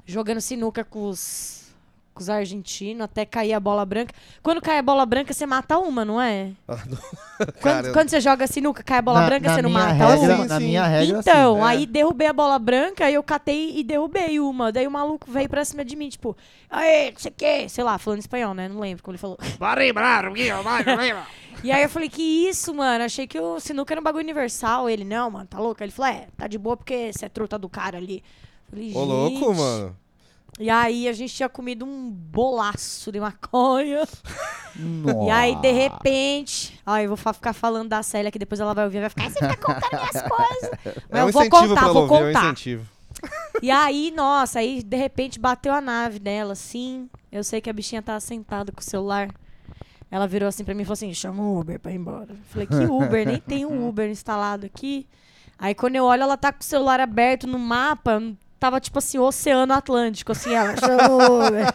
[SPEAKER 4] jogando sinuca com os, com os argentinos até cair a bola branca. Quando cai a bola branca, você mata uma, não é?
[SPEAKER 2] Ah, não.
[SPEAKER 4] Quando,
[SPEAKER 2] Cara,
[SPEAKER 4] quando você joga sinuca, cai a bola branca, você não
[SPEAKER 3] minha
[SPEAKER 4] mata
[SPEAKER 3] regra,
[SPEAKER 4] uma?
[SPEAKER 3] Na
[SPEAKER 2] Sim,
[SPEAKER 3] minha regra, é assim,
[SPEAKER 4] Então,
[SPEAKER 3] sim.
[SPEAKER 2] né?
[SPEAKER 4] aí derrubei a bola branca, aí eu catei e derrubei uma. Daí o maluco veio pra cima de mim, tipo, aê, não sei o quê, sei lá, falando espanhol, né? Não lembro como ele falou. e aí eu falei, que isso, mano? Achei que o sinuca era um bagulho universal. Ele, não, mano, tá louco? Ele falou, é, tá de boa porque você é truta do cara ali. Eu Falei,
[SPEAKER 2] Ô, louco,
[SPEAKER 4] "Gente."
[SPEAKER 2] mano.
[SPEAKER 4] E aí a gente tinha comido um bolaço de maconha.
[SPEAKER 3] Nossa.
[SPEAKER 4] E aí, de repente. Ai, eu vou fa- ficar falando da Célia, que depois ela vai ouvir e vai ficar. "Ai, Você fica contando minhas coisas. Mas
[SPEAKER 2] é um
[SPEAKER 4] eu vou
[SPEAKER 2] incentivo
[SPEAKER 4] contar,
[SPEAKER 2] pra
[SPEAKER 4] vou
[SPEAKER 2] ela ouvir, é um
[SPEAKER 4] contar.
[SPEAKER 2] incentivo.
[SPEAKER 4] E aí, nossa, aí de repente bateu a nave dela, assim. Eu sei que a bichinha tava sentada com o celular. Ela virou assim pra mim e falou assim: chama o Uber pra ir embora. Eu falei, que Uber? Nem tem um Uber instalado aqui. Aí quando eu olho, ela tá com o celular aberto no mapa. Tava tipo assim, Oceano Atlântico, assim, ela chama o Uber.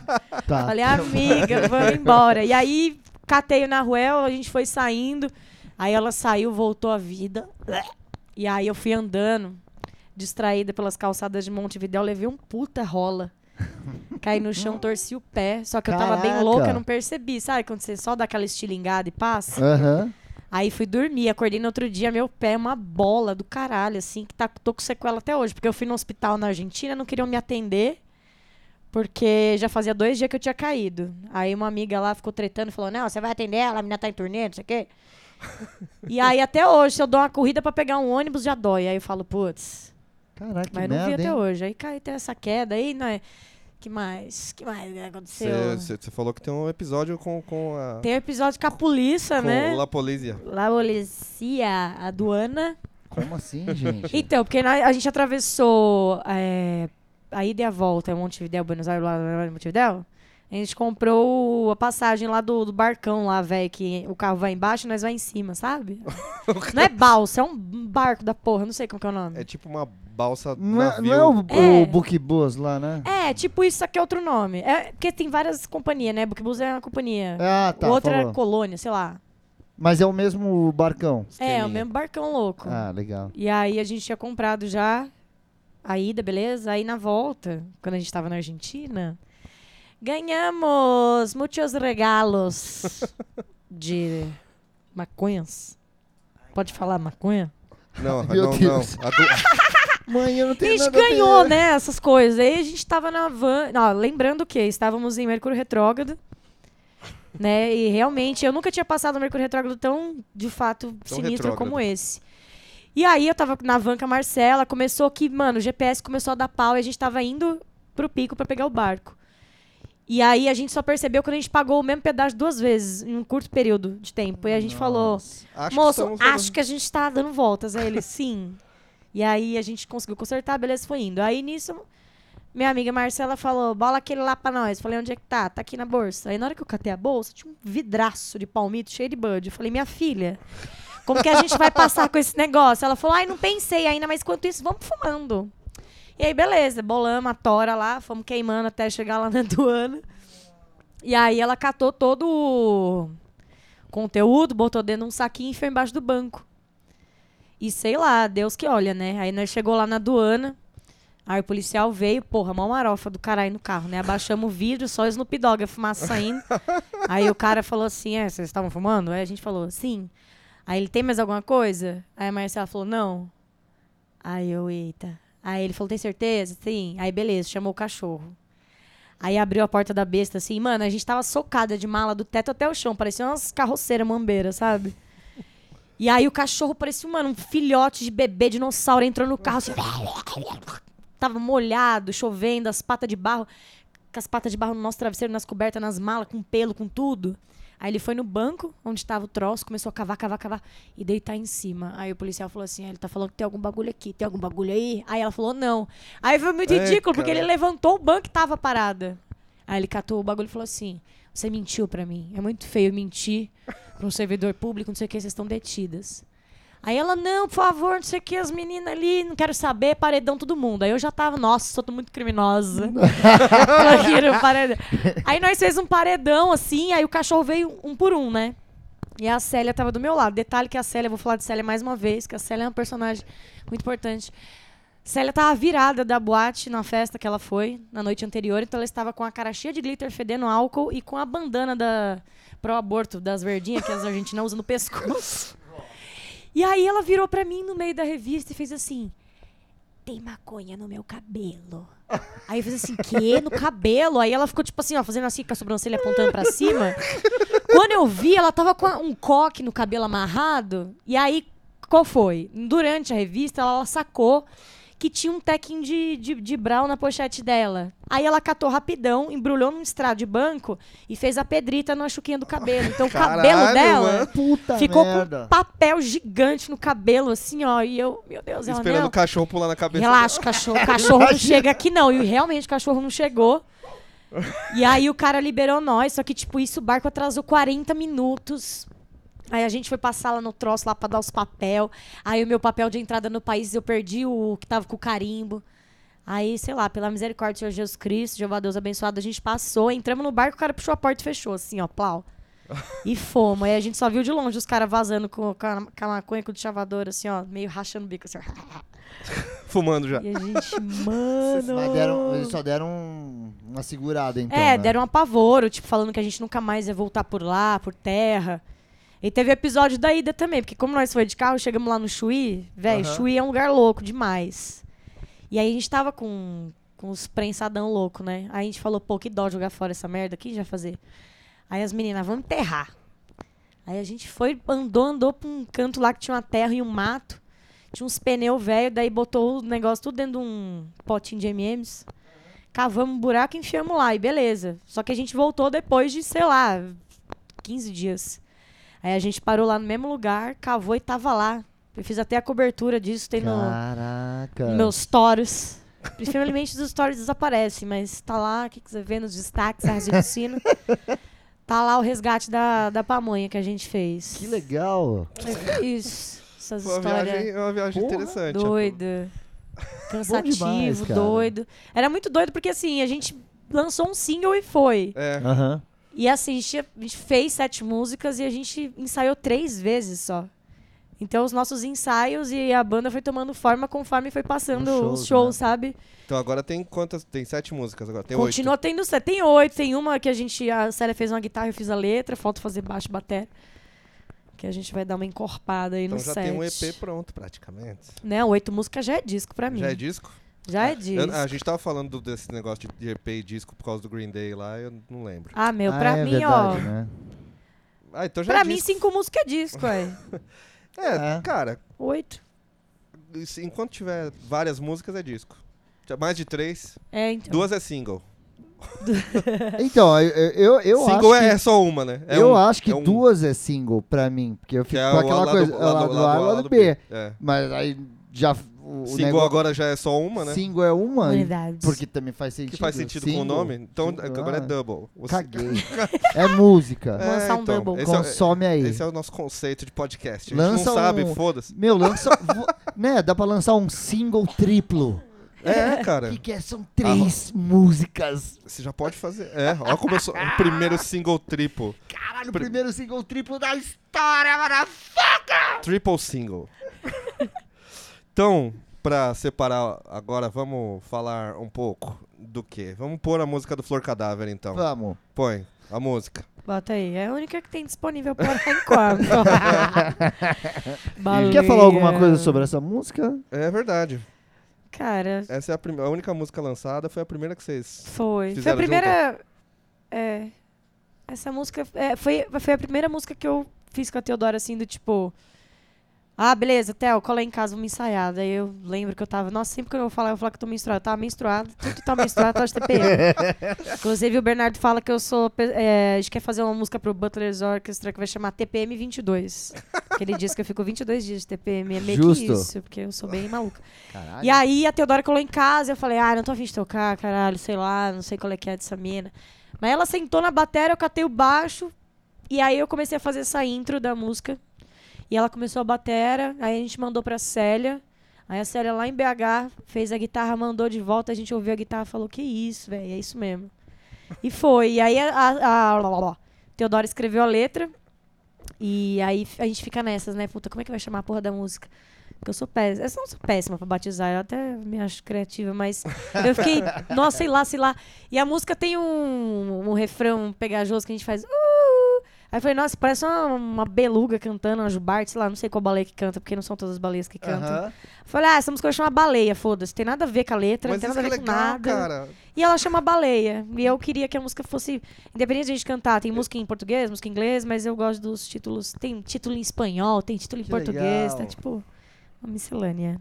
[SPEAKER 3] Tá.
[SPEAKER 4] Falei, amiga, vamos embora. E aí, catei na Ruel, a gente foi saindo. Aí ela saiu, voltou à vida. E aí eu fui andando, distraída pelas calçadas de Montevidéu, levei um puta rola. Caí no chão, torci o pé. Só que eu tava bem
[SPEAKER 3] Caraca.
[SPEAKER 4] louca, eu não percebi. Sabe quando você só dá aquela estilingada e passa?
[SPEAKER 3] Aham.
[SPEAKER 4] Aí fui dormir, acordei no outro dia, meu pé é uma bola do caralho, assim, que tá, tô com sequela até hoje. Porque eu fui no hospital na Argentina, não queriam me atender. Porque já fazia dois dias que eu tinha caído. Aí uma amiga lá ficou tretando e falou: Não, você vai atender ela, a menina tá em turnê, não sei o quê. e aí até hoje, se eu dou uma corrida pra pegar um ônibus, já dói. Aí eu falo: Putz,
[SPEAKER 3] Caraca, que
[SPEAKER 4] mas não
[SPEAKER 3] merda,
[SPEAKER 4] vi até
[SPEAKER 3] hein?
[SPEAKER 4] hoje. Aí cai até essa queda aí, né? Que mais? Que mais aconteceu?
[SPEAKER 2] Você falou que tem um episódio com, com
[SPEAKER 3] é
[SPEAKER 2] a.
[SPEAKER 4] Tem o episódio com a polícia,
[SPEAKER 2] com
[SPEAKER 4] né?
[SPEAKER 2] La Polícia.
[SPEAKER 4] La polícia, aduana.
[SPEAKER 3] Como assim, gente?
[SPEAKER 4] Então, porque na- a gente atravessou é, a ida e a volta, é Montevidéu, Buenos Aires, lá, lá em Montevidéu. A gente comprou a passagem lá do, do barcão lá, velho, que o carro vai embaixo e nós vai em cima, sabe? não é balsa, é um barco da porra, não sei como que é o nome.
[SPEAKER 2] É tipo uma balsa.
[SPEAKER 3] Não é,
[SPEAKER 2] navio.
[SPEAKER 3] não é o,
[SPEAKER 4] É.
[SPEAKER 3] o Book Bus lá, né?
[SPEAKER 4] É, tipo isso aqui é outro nome. É, porque tem várias companhias, né? Bookbus é uma companhia.
[SPEAKER 3] Ah, tá.
[SPEAKER 4] Outra
[SPEAKER 3] falou.
[SPEAKER 4] colônia, sei lá.
[SPEAKER 3] Mas é o mesmo barcão.
[SPEAKER 4] É,
[SPEAKER 2] Esqueminha.
[SPEAKER 4] o mesmo barcão louco.
[SPEAKER 3] Ah, legal.
[SPEAKER 4] E aí a gente tinha comprado já a ida, beleza? Aí na volta, quando a gente tava na Argentina, ganhamos muitos regalos de maconhas. Pode falar maconha?
[SPEAKER 2] Não,
[SPEAKER 3] Meu
[SPEAKER 2] não, não.
[SPEAKER 3] Deus.
[SPEAKER 2] A do-
[SPEAKER 3] Mãe, eu não
[SPEAKER 4] A
[SPEAKER 3] tenho
[SPEAKER 4] gente
[SPEAKER 3] nada a
[SPEAKER 4] ganhou,
[SPEAKER 3] ver.
[SPEAKER 4] né, essas coisas. Aí a gente tava na van. Não, lembrando que estávamos em Mercúrio Retrógrado. Né? E realmente, eu nunca tinha passado um Mercúrio Retrógrado tão, de fato,
[SPEAKER 2] Tão
[SPEAKER 4] sinistro
[SPEAKER 2] retrógrado.
[SPEAKER 4] como esse. E aí eu tava na van com a Marcela, começou que, mano, o GPS começou a dar pau e a gente tava indo pro pico pra pegar o barco. E aí a gente só percebeu quando a gente pagou o mesmo pedaço duas vezes, em um curto período de tempo. E a gente falou,
[SPEAKER 2] Acho
[SPEAKER 4] Moço,
[SPEAKER 2] que estamos
[SPEAKER 4] acho que a gente tá dando voltas. Aí ele, sim. E aí a gente conseguiu consertar, beleza, foi indo. Aí nisso, minha amiga Marcela falou, bola aquele lá pra nós. Falei, onde é que tá? Tá aqui na bolsa. Aí na hora que eu catei a bolsa, tinha um vidraço de palmito cheio de bud. Eu falei, minha filha, como que a gente vai passar com esse negócio? Ela falou, ai, não pensei ainda, mas enquanto isso, vamos fumando. E aí, beleza, bolamos a tora lá, fomos queimando até chegar lá na aduana. E aí ela catou todo o conteúdo, botou dentro de um saquinho e foi embaixo do banco. E sei lá, Deus que olha, né? Aí nós chegou lá na aduana, aí o policial veio, porra, mó marofa do caralho no carro, né? Abaixamos o vidro, só Snoop Dogg, a fumaça saindo. aí o cara falou assim, é, vocês estavam fumando? Aí a gente falou, sim. Aí ele, tem mais alguma coisa? Aí a Marcela falou, não. Aí eu, eita. Aí ele falou, tem certeza? Sim. Aí beleza, chamou o cachorro. Aí abriu a porta da besta, assim, mano, a gente tava socada de mala do teto até o chão, parecia umas carroceiras mambeiras, sabe? E aí o cachorro parecia, mano, um filhote de bebê dinossauro entrou no carro, assim, tava molhado, chovendo, as patas de barro, com as patas de barro no nosso travesseiro, nas cobertas, nas malas, com pelo, com tudo. Aí ele foi no banco, onde tava o troço, começou a cavar, cavar, cavar e deitar em cima. Aí o policial falou assim: "Ah, ele tá falando que tem algum bagulho aqui, tem algum bagulho aí? Aí ela falou: não. Aí foi muito
[SPEAKER 2] Ai,
[SPEAKER 4] ridículo, porque
[SPEAKER 2] cara.
[SPEAKER 4] ele levantou o banco e tava parada. Aí ele catou o bagulho e falou assim: Você mentiu pra mim. É muito feio mentir pra um servidor público, não sei o que, vocês estão detidas. Aí ela, não, por favor, não sei o que, as meninas ali, não quero saber, paredão todo mundo. Aí eu já tava, nossa, sou muito criminosa. Aqui no um paredão. Aí nós fez um paredão assim, aí o cachorro veio um por um, né? E a Célia tava do meu lado. Detalhe que a Célia, eu vou falar de Célia mais uma vez, que a Célia é um personagem muito importante. Célia tava virada da boate na festa que ela foi na noite anterior, então ela estava com a cara cheia de glitter, fedendo álcool e com a bandana da pro aborto das verdinhas que as argentinas usam no pescoço. E aí ela virou pra mim no meio da revista e fez assim: "Tem maconha no meu cabelo". Aí eu fiz assim: "Que no cabelo?". Aí ela ficou tipo assim, ó, fazendo assim com a sobrancelha apontando pra cima. Quando eu vi, ela tava com a- um coque no cabelo amarrado. E aí, qual foi? Durante a revista, ela, ela sacou que tinha um tequinho de, de, de brau na pochete dela. Aí ela catou rapidão, embrulhou num estrado de banco e fez a pedrita na chuquinha do cabelo. Então o cabelo
[SPEAKER 2] Caralho,
[SPEAKER 4] dela
[SPEAKER 2] mano.
[SPEAKER 3] Puta
[SPEAKER 4] ficou com
[SPEAKER 3] merda.
[SPEAKER 4] um papel gigante no cabelo, assim, ó. E eu, meu Deus, ela
[SPEAKER 2] Esperando
[SPEAKER 4] não.
[SPEAKER 2] o cachorro pular na cabeça.
[SPEAKER 4] Relaxa, cachorro. O cachorro não chega aqui, não. E realmente o cachorro não chegou. E aí o cara liberou nós, só que, tipo, isso o barco atrasou 40 minutos. Aí a gente foi passar lá no troço, lá pra dar os papel. Aí o meu papel de entrada no país, eu perdi o que tava com o carimbo. Aí, sei lá, pela misericórdia do Senhor Jesus Cristo, Jeová Deus abençoado, a gente passou, entramos no barco, o cara puxou a porta e fechou, assim, ó, plau. E fomos. Aí a gente só viu de longe os caras vazando com, com, a, com a maconha, com o chavador, assim, ó, meio rachando o bico, assim, ó.
[SPEAKER 2] Fumando já.
[SPEAKER 4] E a gente, mano.
[SPEAKER 3] Mas deram, eles só deram um- uma segurada, então. né?
[SPEAKER 4] é, deram um apavoro, tipo, falando que a gente nunca mais ia voltar por lá, por terra. E teve episódio da ida também, porque como nós foi de carro, chegamos lá no Chuí, velho,
[SPEAKER 2] Aham.
[SPEAKER 4] Chuí é um lugar louco demais. E aí a gente tava com, com com os prensadão louco, né? Aí a gente falou, pô, que dó jogar fora essa merda, aqui já fazer. Aí as meninas, vamos enterrar. Aí a gente foi, andou, andou pra um canto lá que tinha uma terra e um mato. Tinha uns pneus velho, daí botou o negócio tudo dentro de um potinho de MMs. Cavamos um buraco e enfiamos lá, e beleza. Só que a gente voltou depois de, sei lá, 15 dias. Aí a gente parou lá no mesmo lugar, cavou e tava lá. Eu fiz até a cobertura disso, tem no,
[SPEAKER 3] Caraca.
[SPEAKER 4] meus stories. Principalmente os stories desaparecem, mas tá lá, o que, que você vê nos destaques, raciocínio. tá lá o resgate da, da pamonha que a gente fez.
[SPEAKER 3] Que legal.
[SPEAKER 4] Isso, essas
[SPEAKER 2] Foi uma viagem,
[SPEAKER 4] histórias
[SPEAKER 2] é uma viagem
[SPEAKER 3] Porra,
[SPEAKER 2] interessante.
[SPEAKER 4] doidas. Cansativo,
[SPEAKER 3] demais, cara.
[SPEAKER 4] doido. Era muito doido porque assim, a gente lançou um single e foi.
[SPEAKER 2] É.
[SPEAKER 3] Aham.
[SPEAKER 4] E assim, a gente, tinha- a gente fez sete músicas e a gente ensaiou três vezes só. Então os nossos ensaios e a banda foi tomando forma conforme foi passando
[SPEAKER 3] Os
[SPEAKER 4] os
[SPEAKER 3] shows,
[SPEAKER 4] shows sabe?
[SPEAKER 2] Então agora tem quantas? Tem sete músicas agora. Tem
[SPEAKER 4] Continua tendo sete. Tem oito. Tem uma que a gente. A Célia fez uma guitarra, eu fiz a letra. Falta fazer baixo e bateria. Que a gente vai dar uma encorpada aí
[SPEAKER 2] oito. Então
[SPEAKER 4] no
[SPEAKER 2] já
[SPEAKER 4] set.
[SPEAKER 2] tem um EP pronto, praticamente.
[SPEAKER 4] Né? Oito músicas já é disco pra mim.
[SPEAKER 2] Já é disco?
[SPEAKER 4] Já é
[SPEAKER 2] Eu-
[SPEAKER 4] disco.
[SPEAKER 2] a gente tava falando desse negócio de EP e disco por causa do Green Day lá, eu não lembro.
[SPEAKER 4] Ah, meu,
[SPEAKER 3] Ah,
[SPEAKER 4] pra
[SPEAKER 3] é
[SPEAKER 4] mim,
[SPEAKER 3] verdade,
[SPEAKER 4] ó.
[SPEAKER 3] Né?
[SPEAKER 2] Ah, então já
[SPEAKER 4] Pra
[SPEAKER 2] é
[SPEAKER 4] mim,
[SPEAKER 2] disco.
[SPEAKER 4] cinco músicas é disco, ué.
[SPEAKER 2] É,
[SPEAKER 3] É.
[SPEAKER 2] cara,
[SPEAKER 4] Oito.
[SPEAKER 2] se- enquanto tiver várias músicas é disco. Tinha Mais de três,
[SPEAKER 4] É, então.
[SPEAKER 2] duas é single.
[SPEAKER 3] Então, eu, eu, eu
[SPEAKER 2] single
[SPEAKER 3] acho que...
[SPEAKER 2] é só uma, né? É
[SPEAKER 3] eu
[SPEAKER 2] um-
[SPEAKER 3] acho que
[SPEAKER 2] é um-
[SPEAKER 3] duas é single pra mim, porque eu
[SPEAKER 2] que
[SPEAKER 3] fico
[SPEAKER 2] é
[SPEAKER 3] com
[SPEAKER 2] o
[SPEAKER 3] aquela
[SPEAKER 2] lado-
[SPEAKER 3] coisa,
[SPEAKER 2] lado-
[SPEAKER 3] lado,
[SPEAKER 2] lado A,
[SPEAKER 3] A, lado,
[SPEAKER 2] lado
[SPEAKER 3] B.
[SPEAKER 2] É.
[SPEAKER 3] Mas aí já o
[SPEAKER 2] Single
[SPEAKER 3] negócio
[SPEAKER 2] agora já é só uma, né?
[SPEAKER 3] single é uma,
[SPEAKER 4] Verdade.
[SPEAKER 3] porque também faz sentido.
[SPEAKER 2] Que faz sentido com o
[SPEAKER 3] Single,
[SPEAKER 2] nome. Então
[SPEAKER 3] single,
[SPEAKER 2] agora é
[SPEAKER 3] ah,
[SPEAKER 2] double. O si-
[SPEAKER 3] Caguei. é música.
[SPEAKER 4] Lançar um double.
[SPEAKER 2] Esse é,
[SPEAKER 3] Consome aí.
[SPEAKER 2] esse é o nosso conceito de podcast. A gente
[SPEAKER 3] Lança
[SPEAKER 2] não sabe,
[SPEAKER 3] um-
[SPEAKER 2] foda-se.
[SPEAKER 3] Meu, lança. vo- né, dá pra lançar um single triplo.
[SPEAKER 2] É, cara.
[SPEAKER 3] Que, que é? São três músicas.
[SPEAKER 2] Você já pode fazer. É, olha como eu sou o primeiro single triplo.
[SPEAKER 3] Caralho, o
[SPEAKER 2] Pri-
[SPEAKER 3] primeiro single triplo da história, maravilha!
[SPEAKER 2] Triple single. Então, pra separar agora, vamos falar um pouco do quê? Vamos pôr a música do Flor Cadáver, então.
[SPEAKER 3] Vamos.
[SPEAKER 2] Põe a música.
[SPEAKER 4] Bota aí. É a única que tem disponível por enquanto.
[SPEAKER 3] Quer falar alguma
[SPEAKER 4] Baleia.
[SPEAKER 3] coisa sobre essa música?
[SPEAKER 2] É verdade.
[SPEAKER 4] Cara,
[SPEAKER 2] Essa é a, prim- a única música lançada, foi a primeira que vocês.
[SPEAKER 4] Foi. Foi a
[SPEAKER 2] Fizeram
[SPEAKER 4] primeira. É. Essa música. é, foi, foi a primeira música que eu fiz com a Teodora, assim, do tipo. Ah, beleza, Theo, cola aí em casa uma ensaiada. Aí eu lembro que eu tava. Nossa, sempre que eu vou falar, eu vou falar que eu tô menstruada. Eu tava menstruada, tudo que tá menstruada, tá de TPM. Inclusive, o Bernardo fala que eu sou. pe- é, a gente quer fazer uma música pro Butler's Orchestra que vai chamar TPM 22. Que ele diz que eu fico 22 dias de TPM. É meio que
[SPEAKER 3] Justo.
[SPEAKER 4] isso, porque eu sou bem maluca.
[SPEAKER 3] Caralho.
[SPEAKER 4] E aí a Teodora colou em casa, eu falei, ah, não tô afim de tocar, caralho, sei lá, não sei qual é que é dessa mina. Mas ela sentou na bateria, eu catei o baixo, e aí eu comecei a fazer essa intro da música. E ela começou a batera, aí a gente mandou pra Célia. Aí a Célia lá em BH fez a guitarra, mandou de volta, a gente ouviu a guitarra e falou, que isso, velho, é isso mesmo. E foi. E aí a, a, a- Teodora escreveu a letra. E aí a gente fica nessas, né? Puta, como é que vai chamar a porra da música? Porque eu sou péssima. Eu não sou péssima pra batizar, eu até me acho criativa, mas eu fiquei, nossa, sei lá, sei lá. E a música tem um, um refrão pegajoso que a gente faz. "Uh". Aí eu falei, nossa, parece uma, uma beluga cantando, uma jubarte, sei lá, não sei qual baleia que canta, porque não são todas as baleias que cantam.
[SPEAKER 3] Aham.
[SPEAKER 4] Eu Falei, ah, essa música vai chamar baleia, foda-se, tem nada a ver com a letra,
[SPEAKER 2] Mas
[SPEAKER 4] não tem
[SPEAKER 2] isso que
[SPEAKER 4] nada a
[SPEAKER 2] é
[SPEAKER 4] ver com
[SPEAKER 2] legal,
[SPEAKER 4] nada.
[SPEAKER 2] cara.
[SPEAKER 4] E ela chama Baleia. E eu queria que a música fosse. Independente de a gente cantar, tem música em português, música em inglês, mas eu gosto dos títulos. Tem título em espanhol, tem título em
[SPEAKER 3] Que
[SPEAKER 4] português,
[SPEAKER 3] legal.
[SPEAKER 4] tá tipo. Uma miscelânea.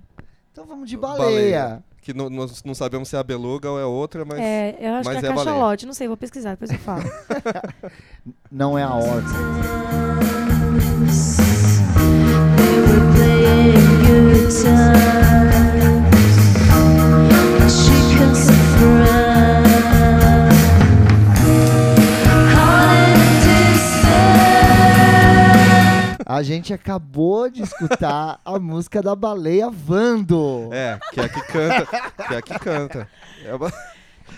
[SPEAKER 3] Então vamos de
[SPEAKER 2] Baleia.
[SPEAKER 3] baleia.
[SPEAKER 2] Que no- nós não sabemos se é a Beluga ou é outra, mas.
[SPEAKER 4] é, eu acho
[SPEAKER 2] mas
[SPEAKER 4] que
[SPEAKER 2] é
[SPEAKER 4] é,
[SPEAKER 2] a baleia.
[SPEAKER 4] cachalote, não sei, vou pesquisar, depois eu falo.
[SPEAKER 3] Não é a horta. A gente acabou de escutar a música da baleia Vando.
[SPEAKER 2] É, que é a que canta. que é a que canta. É a, ba-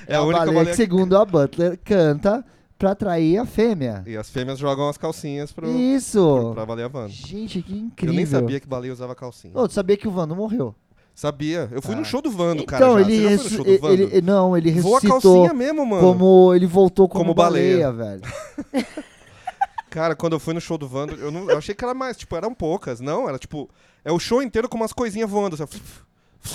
[SPEAKER 2] é a
[SPEAKER 3] a
[SPEAKER 2] única
[SPEAKER 3] baleia
[SPEAKER 2] baleia
[SPEAKER 3] que,
[SPEAKER 2] que-
[SPEAKER 3] segundo a Butler, canta pra atrair a fêmea.
[SPEAKER 2] E as fêmeas jogam as calcinhas pro,
[SPEAKER 3] Isso!
[SPEAKER 2] pra baleia Wanda.
[SPEAKER 3] Gente, que
[SPEAKER 2] Eu
[SPEAKER 3] incrível.
[SPEAKER 2] nem sabia que baleia usava calcinha.
[SPEAKER 3] Ô, tu sabia que o Vando morreu?
[SPEAKER 2] Sabia. Eu fui no
[SPEAKER 3] Ah.
[SPEAKER 2] show do Vando, cara.
[SPEAKER 3] então,
[SPEAKER 2] já.
[SPEAKER 3] ele,
[SPEAKER 2] Você já foi no
[SPEAKER 3] ressu-
[SPEAKER 2] show do Vando?
[SPEAKER 3] ele, ele- Não, ele
[SPEAKER 2] Voa a
[SPEAKER 3] ressuscitou
[SPEAKER 2] calcinha mesmo, mano.
[SPEAKER 3] como... Ele voltou como,
[SPEAKER 2] Como baleia.
[SPEAKER 3] baleia, velho.
[SPEAKER 2] Cara, quando eu fui no show do Vando, eu, não, eu achei que era mais, tipo, eram poucas. Não, era tipo, é o show inteiro com umas coisinhas voando. assim, ó.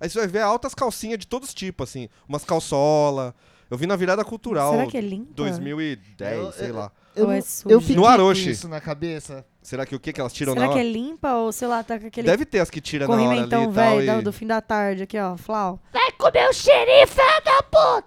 [SPEAKER 2] Aí você vai ver altas calcinhas de todos os tipos, assim. Umas calçola. Eu vi na virada cultural.
[SPEAKER 4] Será que é limpa?
[SPEAKER 2] 2010,
[SPEAKER 3] Eu-
[SPEAKER 2] sei lá.
[SPEAKER 3] Eu,
[SPEAKER 4] Ou é
[SPEAKER 3] não-
[SPEAKER 4] sujo?
[SPEAKER 3] eu fiquei
[SPEAKER 2] No Aroche.
[SPEAKER 3] com isso na cabeça.
[SPEAKER 2] Será que o que que elas tiram
[SPEAKER 4] Será
[SPEAKER 2] na
[SPEAKER 4] que
[SPEAKER 2] hora?
[SPEAKER 4] é limpa ou, sei lá, tá com aquele
[SPEAKER 2] Deve ter as que tiram na hora ali
[SPEAKER 4] corrimentão
[SPEAKER 2] e tal.
[SPEAKER 4] velho da-
[SPEAKER 2] e-
[SPEAKER 4] do fim da tarde aqui, ó, flau.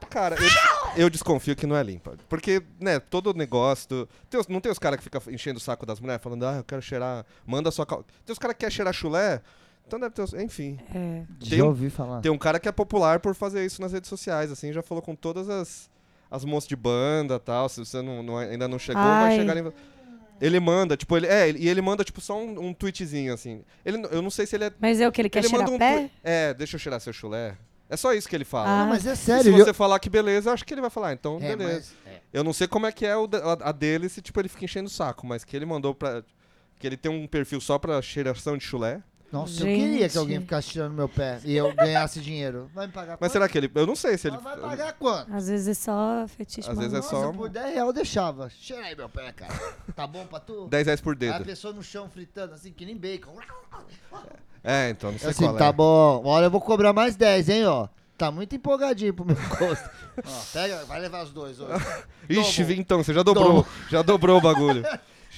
[SPEAKER 2] Cara, eu, eu desconfio que não é limpa. Porque, né, todo negócio. do- tem os- não tem os caras que ficam enchendo o saco das mulheres falando, ah, eu quero cheirar. Manda sua cal... Tem os caras que querem cheirar chulé. Então deve ter. os- Enfim.
[SPEAKER 4] É,
[SPEAKER 2] Tem-
[SPEAKER 3] Já ouvi falar.
[SPEAKER 2] Tem um cara que é popular por fazer isso nas redes sociais, assim, já falou com todas as, as moças de banda e tal. Se você não, não- ainda não chegou, vai
[SPEAKER 4] Ai.
[SPEAKER 2] chegar em... Ele manda, tipo, ele. É, ele- e ele manda, tipo, só um, um tweetzinho, assim. Ele, n- eu não sei se ele é.
[SPEAKER 4] mas é o que ele quer
[SPEAKER 2] ele
[SPEAKER 4] cheirar
[SPEAKER 2] manda um
[SPEAKER 4] pé?
[SPEAKER 2] twe- É, deixa eu cheirar seu chulé. É só isso que ele
[SPEAKER 4] Ah,
[SPEAKER 2] fala.
[SPEAKER 3] Não, mas é
[SPEAKER 2] E
[SPEAKER 3] sério.
[SPEAKER 2] se você
[SPEAKER 3] eu-
[SPEAKER 2] falar que beleza, eu acho que ele vai falar, então
[SPEAKER 3] É,
[SPEAKER 2] beleza.
[SPEAKER 3] mas- é.
[SPEAKER 2] Eu não sei como é que é o da- a, a dele, se tipo, ele fica enchendo o saco, mas que ele mandou pra. Que ele tem um perfil só pra cheiração de chulé.
[SPEAKER 3] Nossa, eu
[SPEAKER 4] Gente.
[SPEAKER 3] queria que alguém ficasse tirando meu pé e eu ganhasse dinheiro. Vai me pagar
[SPEAKER 2] Mas
[SPEAKER 3] quanto?
[SPEAKER 2] será que ele. Eu não sei se ele.
[SPEAKER 3] Mas Ah, vai pagar quanto?
[SPEAKER 4] Às vezes é só fetiche.
[SPEAKER 2] Às vezes é
[SPEAKER 4] maluco.
[SPEAKER 2] só-
[SPEAKER 3] Nossa, por 10 real eu deixava. Cheira aí meu pé, cara. Tá bom pra tu?
[SPEAKER 2] 10 reais por
[SPEAKER 3] Aí a
[SPEAKER 2] dedo.
[SPEAKER 3] pessoa no chão fritando assim, que nem bacon.
[SPEAKER 2] É, então, não sei
[SPEAKER 3] assim,
[SPEAKER 2] qual é.
[SPEAKER 3] tá bom. Olha, eu vou cobrar mais 10, hein, ó. Tá muito empolgadinho pro meu gosto. ó, pega, vai levar os dois hoje.
[SPEAKER 2] Ixi,
[SPEAKER 3] Dobro.
[SPEAKER 2] então, você já dobrou. Já dobrou o bagulho.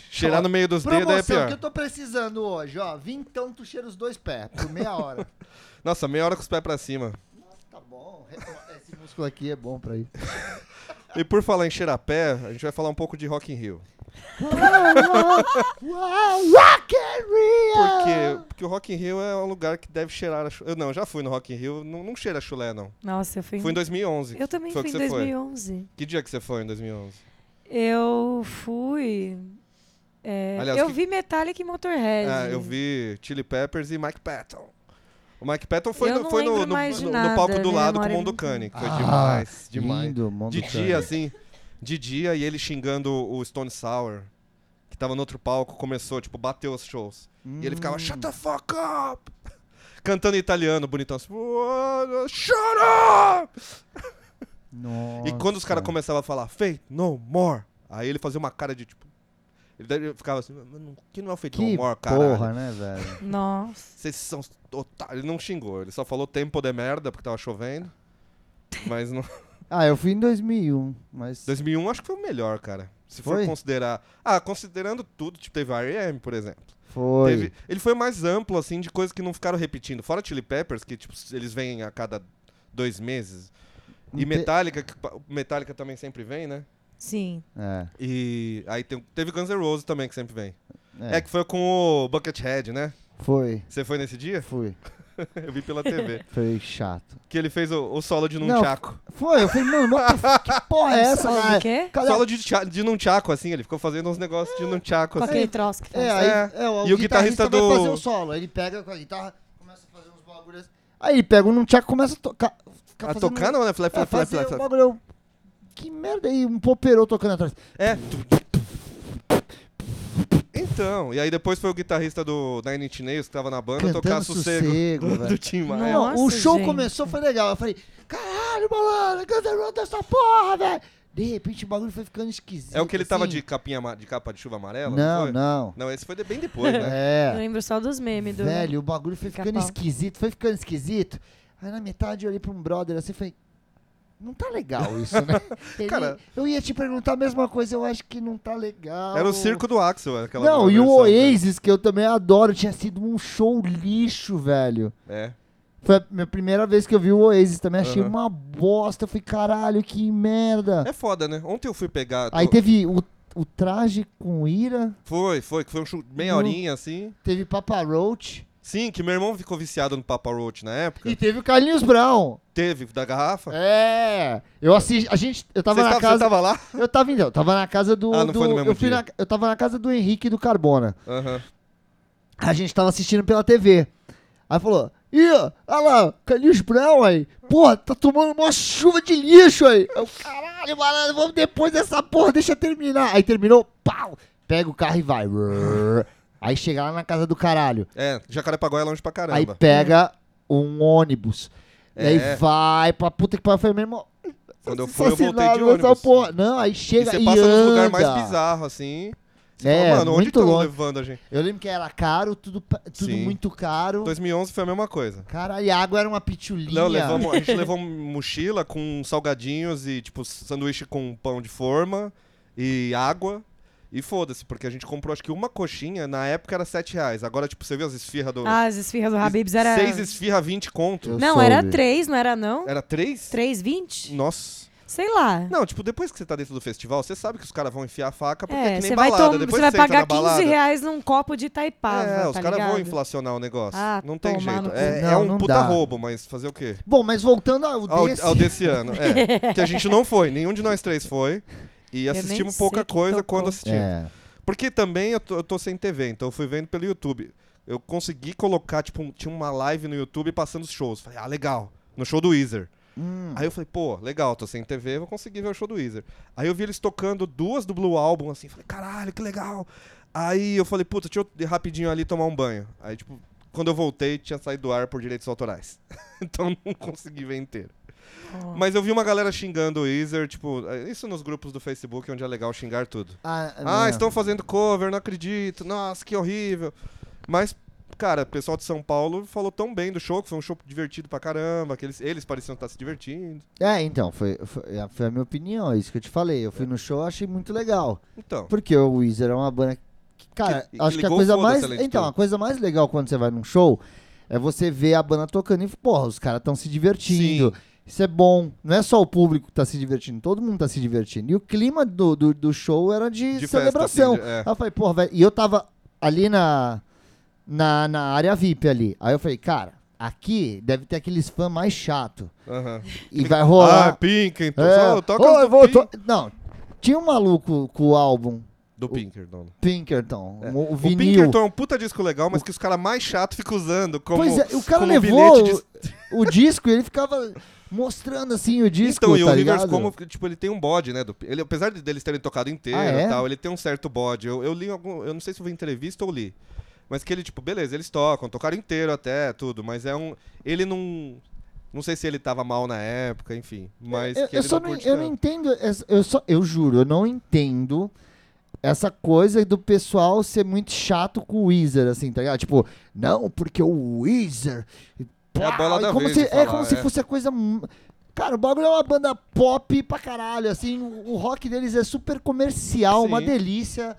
[SPEAKER 2] Cheirar no meio dos dedos é
[SPEAKER 3] Promoção que eu
[SPEAKER 2] pior.
[SPEAKER 3] tô precisando hoje, ó. Vim então, tu cheira os dois pés por meia hora.
[SPEAKER 2] Nossa, meia hora com os pés pra cima.
[SPEAKER 3] tá bom. Esse músculo aqui é bom pra ir.
[SPEAKER 2] E por falar em cheirar pé, a gente vai falar um pouco de Rock in Rio.
[SPEAKER 3] Uau, Rock and Rio!
[SPEAKER 2] Porque, porque o Rock in Rio é um lugar que deve cheirar a chulé. Eu não, já fui no Rock in Rio, não, não cheira a chulé, não.
[SPEAKER 4] Nossa, eu fui em,
[SPEAKER 2] Fui em 2011.
[SPEAKER 4] Eu também
[SPEAKER 2] foi
[SPEAKER 4] fui em
[SPEAKER 2] que você foi.
[SPEAKER 4] 2011.
[SPEAKER 2] Que dia que você foi em 2011?
[SPEAKER 4] Eu fui. é,
[SPEAKER 2] Aliás,
[SPEAKER 4] eu
[SPEAKER 2] que-
[SPEAKER 4] vi Metallica e Motorhead.
[SPEAKER 2] Ah, eu vi Chili Peppers e Mike Patton. O Mike Patton foi,
[SPEAKER 4] Eu
[SPEAKER 2] no,
[SPEAKER 4] não
[SPEAKER 2] foi no,
[SPEAKER 4] lembro
[SPEAKER 2] no-
[SPEAKER 4] mais de
[SPEAKER 2] no- no
[SPEAKER 4] nada,
[SPEAKER 2] palco do
[SPEAKER 4] minha
[SPEAKER 2] lado com o
[SPEAKER 4] memória é
[SPEAKER 2] Mondo
[SPEAKER 4] muito-
[SPEAKER 2] Cane. que Foi
[SPEAKER 3] Ah,
[SPEAKER 2] demais, demais.
[SPEAKER 3] Lindo, mundo
[SPEAKER 2] De
[SPEAKER 3] cara.
[SPEAKER 2] dia, assim. De dia, e ele xingando o Stone Sour, que tava no outro palco, começou, tipo, bateu os shows. E ele ficava, shut the fuck up! Cantando em italiano, bonitão, assim, "Oh, shut up!
[SPEAKER 3] Nossa.
[SPEAKER 2] E quando os caras começavam a falar, Faith no more, aí ele fazia uma cara de, tipo... Ele daí ele ficava assim, "Mano, que não é o Faith
[SPEAKER 3] Que
[SPEAKER 2] no more, cara?
[SPEAKER 3] porra, né, velho?
[SPEAKER 4] Nossa.
[SPEAKER 2] Vocês são otários. Ele não xingou, ele só falou tempo de merda, porque tava chovendo. Mas não...
[SPEAKER 3] Ah, eu fui em 2001, mas...
[SPEAKER 2] 2001 acho que foi o melhor, cara. Se for
[SPEAKER 3] Foi?
[SPEAKER 2] considerar. Ah, considerando tudo, tipo, teve a R.E.M., por exemplo.
[SPEAKER 3] Foi.
[SPEAKER 2] Teve- ele foi mais amplo, assim, de coisas que não ficaram repetindo. Fora Chili Peppers, que, tipo, eles vêm a cada dois meses. E
[SPEAKER 3] Não te-
[SPEAKER 2] Metallica, que pa- Metallica também sempre vem, né?
[SPEAKER 4] Sim.
[SPEAKER 3] É.
[SPEAKER 2] E aí tem- teve Guns N' Roses também, que sempre vem.
[SPEAKER 3] É,
[SPEAKER 2] É. que foi com o Buckethead, né?
[SPEAKER 3] foi.
[SPEAKER 2] Você foi nesse dia?
[SPEAKER 3] Fui.
[SPEAKER 2] Eu vi pela TV.
[SPEAKER 3] Foi chato.
[SPEAKER 2] que ele fez o, o solo de
[SPEAKER 3] Não,
[SPEAKER 2] Nunchaku.
[SPEAKER 3] Foi, eu falei, mano, what the f- que porra é essa,
[SPEAKER 4] Sabe
[SPEAKER 3] cara?
[SPEAKER 4] o quê?
[SPEAKER 3] Cadê a-
[SPEAKER 2] Solo de, cha- de Nunchaku, assim. Ele ficou fazendo uns negócios de Nunchaku,
[SPEAKER 4] Com
[SPEAKER 2] assim.
[SPEAKER 4] aquele troço que faz.
[SPEAKER 3] É, aí,
[SPEAKER 2] É.
[SPEAKER 3] é, o,
[SPEAKER 2] E o guitarrista
[SPEAKER 3] guitarrista,
[SPEAKER 2] do-
[SPEAKER 3] vai fazer o solo. Ele pega com a guitarra, começa a fazer uns bagulhos. assim. Aí ele pega um tchaco e começa a tocar. fica
[SPEAKER 2] A
[SPEAKER 3] fazendo-
[SPEAKER 2] tocar não, né? Flap,
[SPEAKER 3] É,
[SPEAKER 2] flap, flap,
[SPEAKER 3] fazer
[SPEAKER 2] flap,
[SPEAKER 3] um
[SPEAKER 2] flap.
[SPEAKER 3] bagulho. eu- Que merda aí, um poperô tocando atrás.
[SPEAKER 2] É. Então, e aí depois foi o guitarrista do Nine Inch Nails que tava na banda
[SPEAKER 3] Cantando
[SPEAKER 2] tocar Sossego,
[SPEAKER 3] Sossego,
[SPEAKER 2] do,
[SPEAKER 3] velho.
[SPEAKER 2] do Tim Maia.
[SPEAKER 4] Não.
[SPEAKER 3] Não, o
[SPEAKER 4] Nossa,
[SPEAKER 3] show
[SPEAKER 4] gente.
[SPEAKER 3] começou, foi legal. Eu falei, caralho, malandro, Guns N' Roses dessa porra, velho. De repente o bagulho foi ficando esquisito.
[SPEAKER 2] É o que ele tava
[SPEAKER 3] assim.
[SPEAKER 2] de capinha ama- de capa de chuva amarela?
[SPEAKER 3] Não,
[SPEAKER 2] foi?
[SPEAKER 3] não.
[SPEAKER 2] Não, esse foi de- bem depois, né?
[SPEAKER 3] É.
[SPEAKER 4] Eu lembro só dos memes do.
[SPEAKER 3] Velho, o bagulho foi ficando
[SPEAKER 4] Pica-pau.
[SPEAKER 3] esquisito, foi ficando esquisito. Aí na metade eu olhei pra um brother assim e falei. Não tá legal isso, né? Ele-
[SPEAKER 2] Cara-
[SPEAKER 3] eu ia te perguntar a mesma coisa, eu acho que não tá legal.
[SPEAKER 2] Era o circo do Axel, aquela
[SPEAKER 3] Não,
[SPEAKER 2] nova
[SPEAKER 3] e o
[SPEAKER 2] versão,
[SPEAKER 3] Oasis, que eu também adoro, tinha sido um show lixo, velho.
[SPEAKER 2] né?
[SPEAKER 3] Foi a minha primeira vez que eu vi o Oasis também, achei
[SPEAKER 2] Aham.
[SPEAKER 3] uma bosta. Eu falei, caralho, que merda.
[SPEAKER 2] É. É foda, né? Ontem eu fui pegar.
[SPEAKER 3] Aí
[SPEAKER 2] tô-
[SPEAKER 3] teve o, o traje com ira,
[SPEAKER 2] Foi, foi, que foi um chu... meia
[SPEAKER 3] No-
[SPEAKER 2] horinha assim.
[SPEAKER 3] teve Papa Roach
[SPEAKER 2] Sim, que meu irmão ficou viciado no Papa Roach na época.
[SPEAKER 3] e teve o Carlinhos Brown.
[SPEAKER 2] Teve, da garrafa.
[SPEAKER 3] É, eu assisti, a gente, eu tava
[SPEAKER 2] Você
[SPEAKER 3] na
[SPEAKER 2] tava-
[SPEAKER 3] casa,
[SPEAKER 2] Você tava lá?
[SPEAKER 3] eu tava então, eu tava na casa do,
[SPEAKER 2] Ah, não
[SPEAKER 3] do-
[SPEAKER 2] foi no mesmo
[SPEAKER 3] eu fui
[SPEAKER 2] dia.
[SPEAKER 3] na- eu tava na casa do Henrique e do Carbona.
[SPEAKER 2] Aham.
[SPEAKER 3] A gente tava assistindo pela TV. Aí falou: Ih, olha lá, Carlinhos Brown aí. Porra, tá tomando uma chuva de lixo aí. Eu, caralho, malandro, vamos depois dessa porra, deixa terminar. Aí terminou, pau, pega o carro e vai. Aí chega lá na casa do caralho.
[SPEAKER 2] É, Jacarepaguá é longe pra caramba.
[SPEAKER 3] Aí pega um ônibus. E
[SPEAKER 2] É.
[SPEAKER 3] aí vai pra puta que pariu. Eu falei, meu irmão,
[SPEAKER 2] Quando eu fui, eu voltei de
[SPEAKER 3] assassinado
[SPEAKER 2] ônibus.
[SPEAKER 3] Essa tá porra. Não, aí
[SPEAKER 2] e
[SPEAKER 3] chega e,
[SPEAKER 2] você passa
[SPEAKER 3] anda.
[SPEAKER 2] nos lugares mais bizarros, assim. Você
[SPEAKER 3] É,
[SPEAKER 2] fala, mano, onde
[SPEAKER 3] muito
[SPEAKER 2] tão
[SPEAKER 3] longe.
[SPEAKER 2] levando a gente?
[SPEAKER 3] Eu lembro que era caro, tudo, pa- tudo
[SPEAKER 2] Sim.
[SPEAKER 3] muito caro.
[SPEAKER 2] 2011 foi a mesma coisa.
[SPEAKER 3] Caralho, e a água era uma pitulinha.
[SPEAKER 2] Não, levamos, a gente levou mochila com salgadinhos e, tipo, sanduíche com pão de forma e água. E foda-se, porque a gente comprou acho que uma coxinha, na época era R$ 7 reais. Agora, tipo, você viu as esfirras do.
[SPEAKER 4] Ah, as esfirras do Habibs era...
[SPEAKER 2] Seis esfirra 20 conto.
[SPEAKER 3] Eu
[SPEAKER 4] Não,
[SPEAKER 3] soube.
[SPEAKER 4] era três, não era não?
[SPEAKER 2] Era três?
[SPEAKER 4] Três, vinte?
[SPEAKER 2] Nossa.
[SPEAKER 4] Sei lá.
[SPEAKER 2] Não, tipo, depois que você tá dentro do festival, você sabe que os caras vão enfiar a faca porque é,
[SPEAKER 4] é,
[SPEAKER 2] que
[SPEAKER 4] você
[SPEAKER 2] nem
[SPEAKER 4] vai,
[SPEAKER 2] balada.
[SPEAKER 4] tom-
[SPEAKER 2] depois
[SPEAKER 4] você
[SPEAKER 2] que
[SPEAKER 4] vai
[SPEAKER 2] você entra
[SPEAKER 4] pagar
[SPEAKER 2] na balada,
[SPEAKER 4] 15 reais num copo de Itaipava,
[SPEAKER 2] É, os
[SPEAKER 4] tá
[SPEAKER 2] caras vão
[SPEAKER 4] ligado?
[SPEAKER 2] inflacionar o negócio.
[SPEAKER 4] Ah,
[SPEAKER 2] não tem
[SPEAKER 4] tomar
[SPEAKER 2] jeito.
[SPEAKER 4] no cu.
[SPEAKER 2] É, é
[SPEAKER 3] Não,
[SPEAKER 2] um
[SPEAKER 3] não
[SPEAKER 2] puta
[SPEAKER 3] dá.
[SPEAKER 2] roubo, mas fazer o quê?
[SPEAKER 3] Bom, mas voltando ao
[SPEAKER 2] Ao,
[SPEAKER 3] desse...
[SPEAKER 2] ao desse ano. É. que a gente não foi, nenhum de nós três foi. E
[SPEAKER 4] nem
[SPEAKER 2] assistimos
[SPEAKER 4] sei
[SPEAKER 2] pouca
[SPEAKER 4] que
[SPEAKER 2] coisa
[SPEAKER 4] tocou.
[SPEAKER 2] quando assistimos.
[SPEAKER 3] É.
[SPEAKER 2] Porque também eu tô, eu tô sem TV, então eu fui vendo pelo YouTube. Eu consegui colocar, tipo, um- tinha uma live no YouTube passando os shows. Falei, ah, legal. No show do Weezer.
[SPEAKER 3] Hum.
[SPEAKER 2] Aí eu falei, pô, legal, tô sem TV, vou conseguir ver o show do Weezer. Aí eu vi eles tocando duas do Blue Album, assim, falei, caralho, que legal. Aí eu falei, puta, deixa eu ir rapidinho ali tomar um banho. Aí, tipo, quando eu voltei, tinha saído do ar por direitos autorais. então não consegui ver inteiro.
[SPEAKER 4] Ó.
[SPEAKER 2] Mas eu vi uma galera xingando o Weezer, tipo, isso nos grupos do Facebook, onde é legal xingar tudo.
[SPEAKER 3] Ah,
[SPEAKER 2] Ah,
[SPEAKER 3] não.
[SPEAKER 2] estão fazendo cover, não acredito. Nossa, que horrível. Mas, cara, o pessoal de São Paulo falou tão bem do show, que foi um show divertido pra caramba, que eles, eles pareciam estar se divertindo.
[SPEAKER 3] É, então, foi, foi, é, foi a minha opinião, é isso que eu te falei. Eu fui no show, achei muito legal.
[SPEAKER 2] Então,
[SPEAKER 3] Porque o Weezer é uma banda que, cara,
[SPEAKER 2] Que- que
[SPEAKER 3] acho que a
[SPEAKER 2] ligou,
[SPEAKER 3] coisa
[SPEAKER 2] foda-se,
[SPEAKER 3] mais...
[SPEAKER 2] além de
[SPEAKER 3] Então,
[SPEAKER 2] tudo.
[SPEAKER 3] a coisa mais legal quando você vai num show é você ver a banda tocando e, porra, os caras estão se divertindo. Isso é bom. Não é só o público que tá se divertindo, todo mundo tá se divertindo. E o clima do, do, do show era de,
[SPEAKER 2] de
[SPEAKER 3] celebração.
[SPEAKER 2] festa, assim,
[SPEAKER 3] Aí eu falei, porra, velho. E eu tava ali na, na, na área VIP ali. Aí eu falei, cara, aqui deve ter aqueles fãs mais chato.
[SPEAKER 2] de- é, aham.
[SPEAKER 3] E vai rolar.
[SPEAKER 2] Ah, Pinker, então,
[SPEAKER 3] É.
[SPEAKER 2] só toca
[SPEAKER 3] Ô,
[SPEAKER 2] os
[SPEAKER 3] eu
[SPEAKER 2] do,
[SPEAKER 3] vou
[SPEAKER 2] Pin-
[SPEAKER 3] to- Não, tinha um maluco com o álbum
[SPEAKER 2] do Pinkerton.
[SPEAKER 3] Pinkerton,
[SPEAKER 2] É.
[SPEAKER 3] o, o
[SPEAKER 2] O
[SPEAKER 3] vinil.
[SPEAKER 2] Pinkerton é um puta disco legal, mas que os caras mais chatos ficam usando como
[SPEAKER 3] pois é, o cara
[SPEAKER 2] como
[SPEAKER 3] levou
[SPEAKER 2] bilhete de...
[SPEAKER 3] o, o disco e ele ficava mostrando assim o disco,
[SPEAKER 2] Então, e
[SPEAKER 3] tá
[SPEAKER 2] o Rivers,
[SPEAKER 3] ligado?
[SPEAKER 2] como, tipo, ele tem um bode, né? do- ele, apesar de deles terem tocado inteiro
[SPEAKER 3] Ah,
[SPEAKER 2] e
[SPEAKER 3] é?
[SPEAKER 2] tal, ele tem um certo bode. Eu, eu li algum. Eu não sei se foi entrevista ou li. Mas que ele, tipo, beleza, eles tocam, tocaram inteiro até, tudo, mas é um. Ele não. Não sei se ele tava mal na época, enfim. Mas
[SPEAKER 3] Eu,
[SPEAKER 2] que
[SPEAKER 3] eu
[SPEAKER 2] ele
[SPEAKER 3] só
[SPEAKER 2] não
[SPEAKER 3] não,
[SPEAKER 2] curte
[SPEAKER 3] eu não
[SPEAKER 2] tanto.
[SPEAKER 3] entendo, essa- eu, só, eu juro, eu não entendo essa coisa do pessoal ser muito chato com o Weezer, assim, tá ligado? Tipo, não, porque o Weezer...
[SPEAKER 2] É a bola
[SPEAKER 3] pá, e
[SPEAKER 2] da
[SPEAKER 3] como
[SPEAKER 2] vez
[SPEAKER 3] se-
[SPEAKER 2] de
[SPEAKER 3] É
[SPEAKER 2] falar,
[SPEAKER 3] como se
[SPEAKER 2] é.
[SPEAKER 3] fosse a coisa... mu- Cara, o bagulho é uma banda pop pra caralho, assim, o, o rock deles é super comercial, uma
[SPEAKER 2] Sim.
[SPEAKER 3] delícia,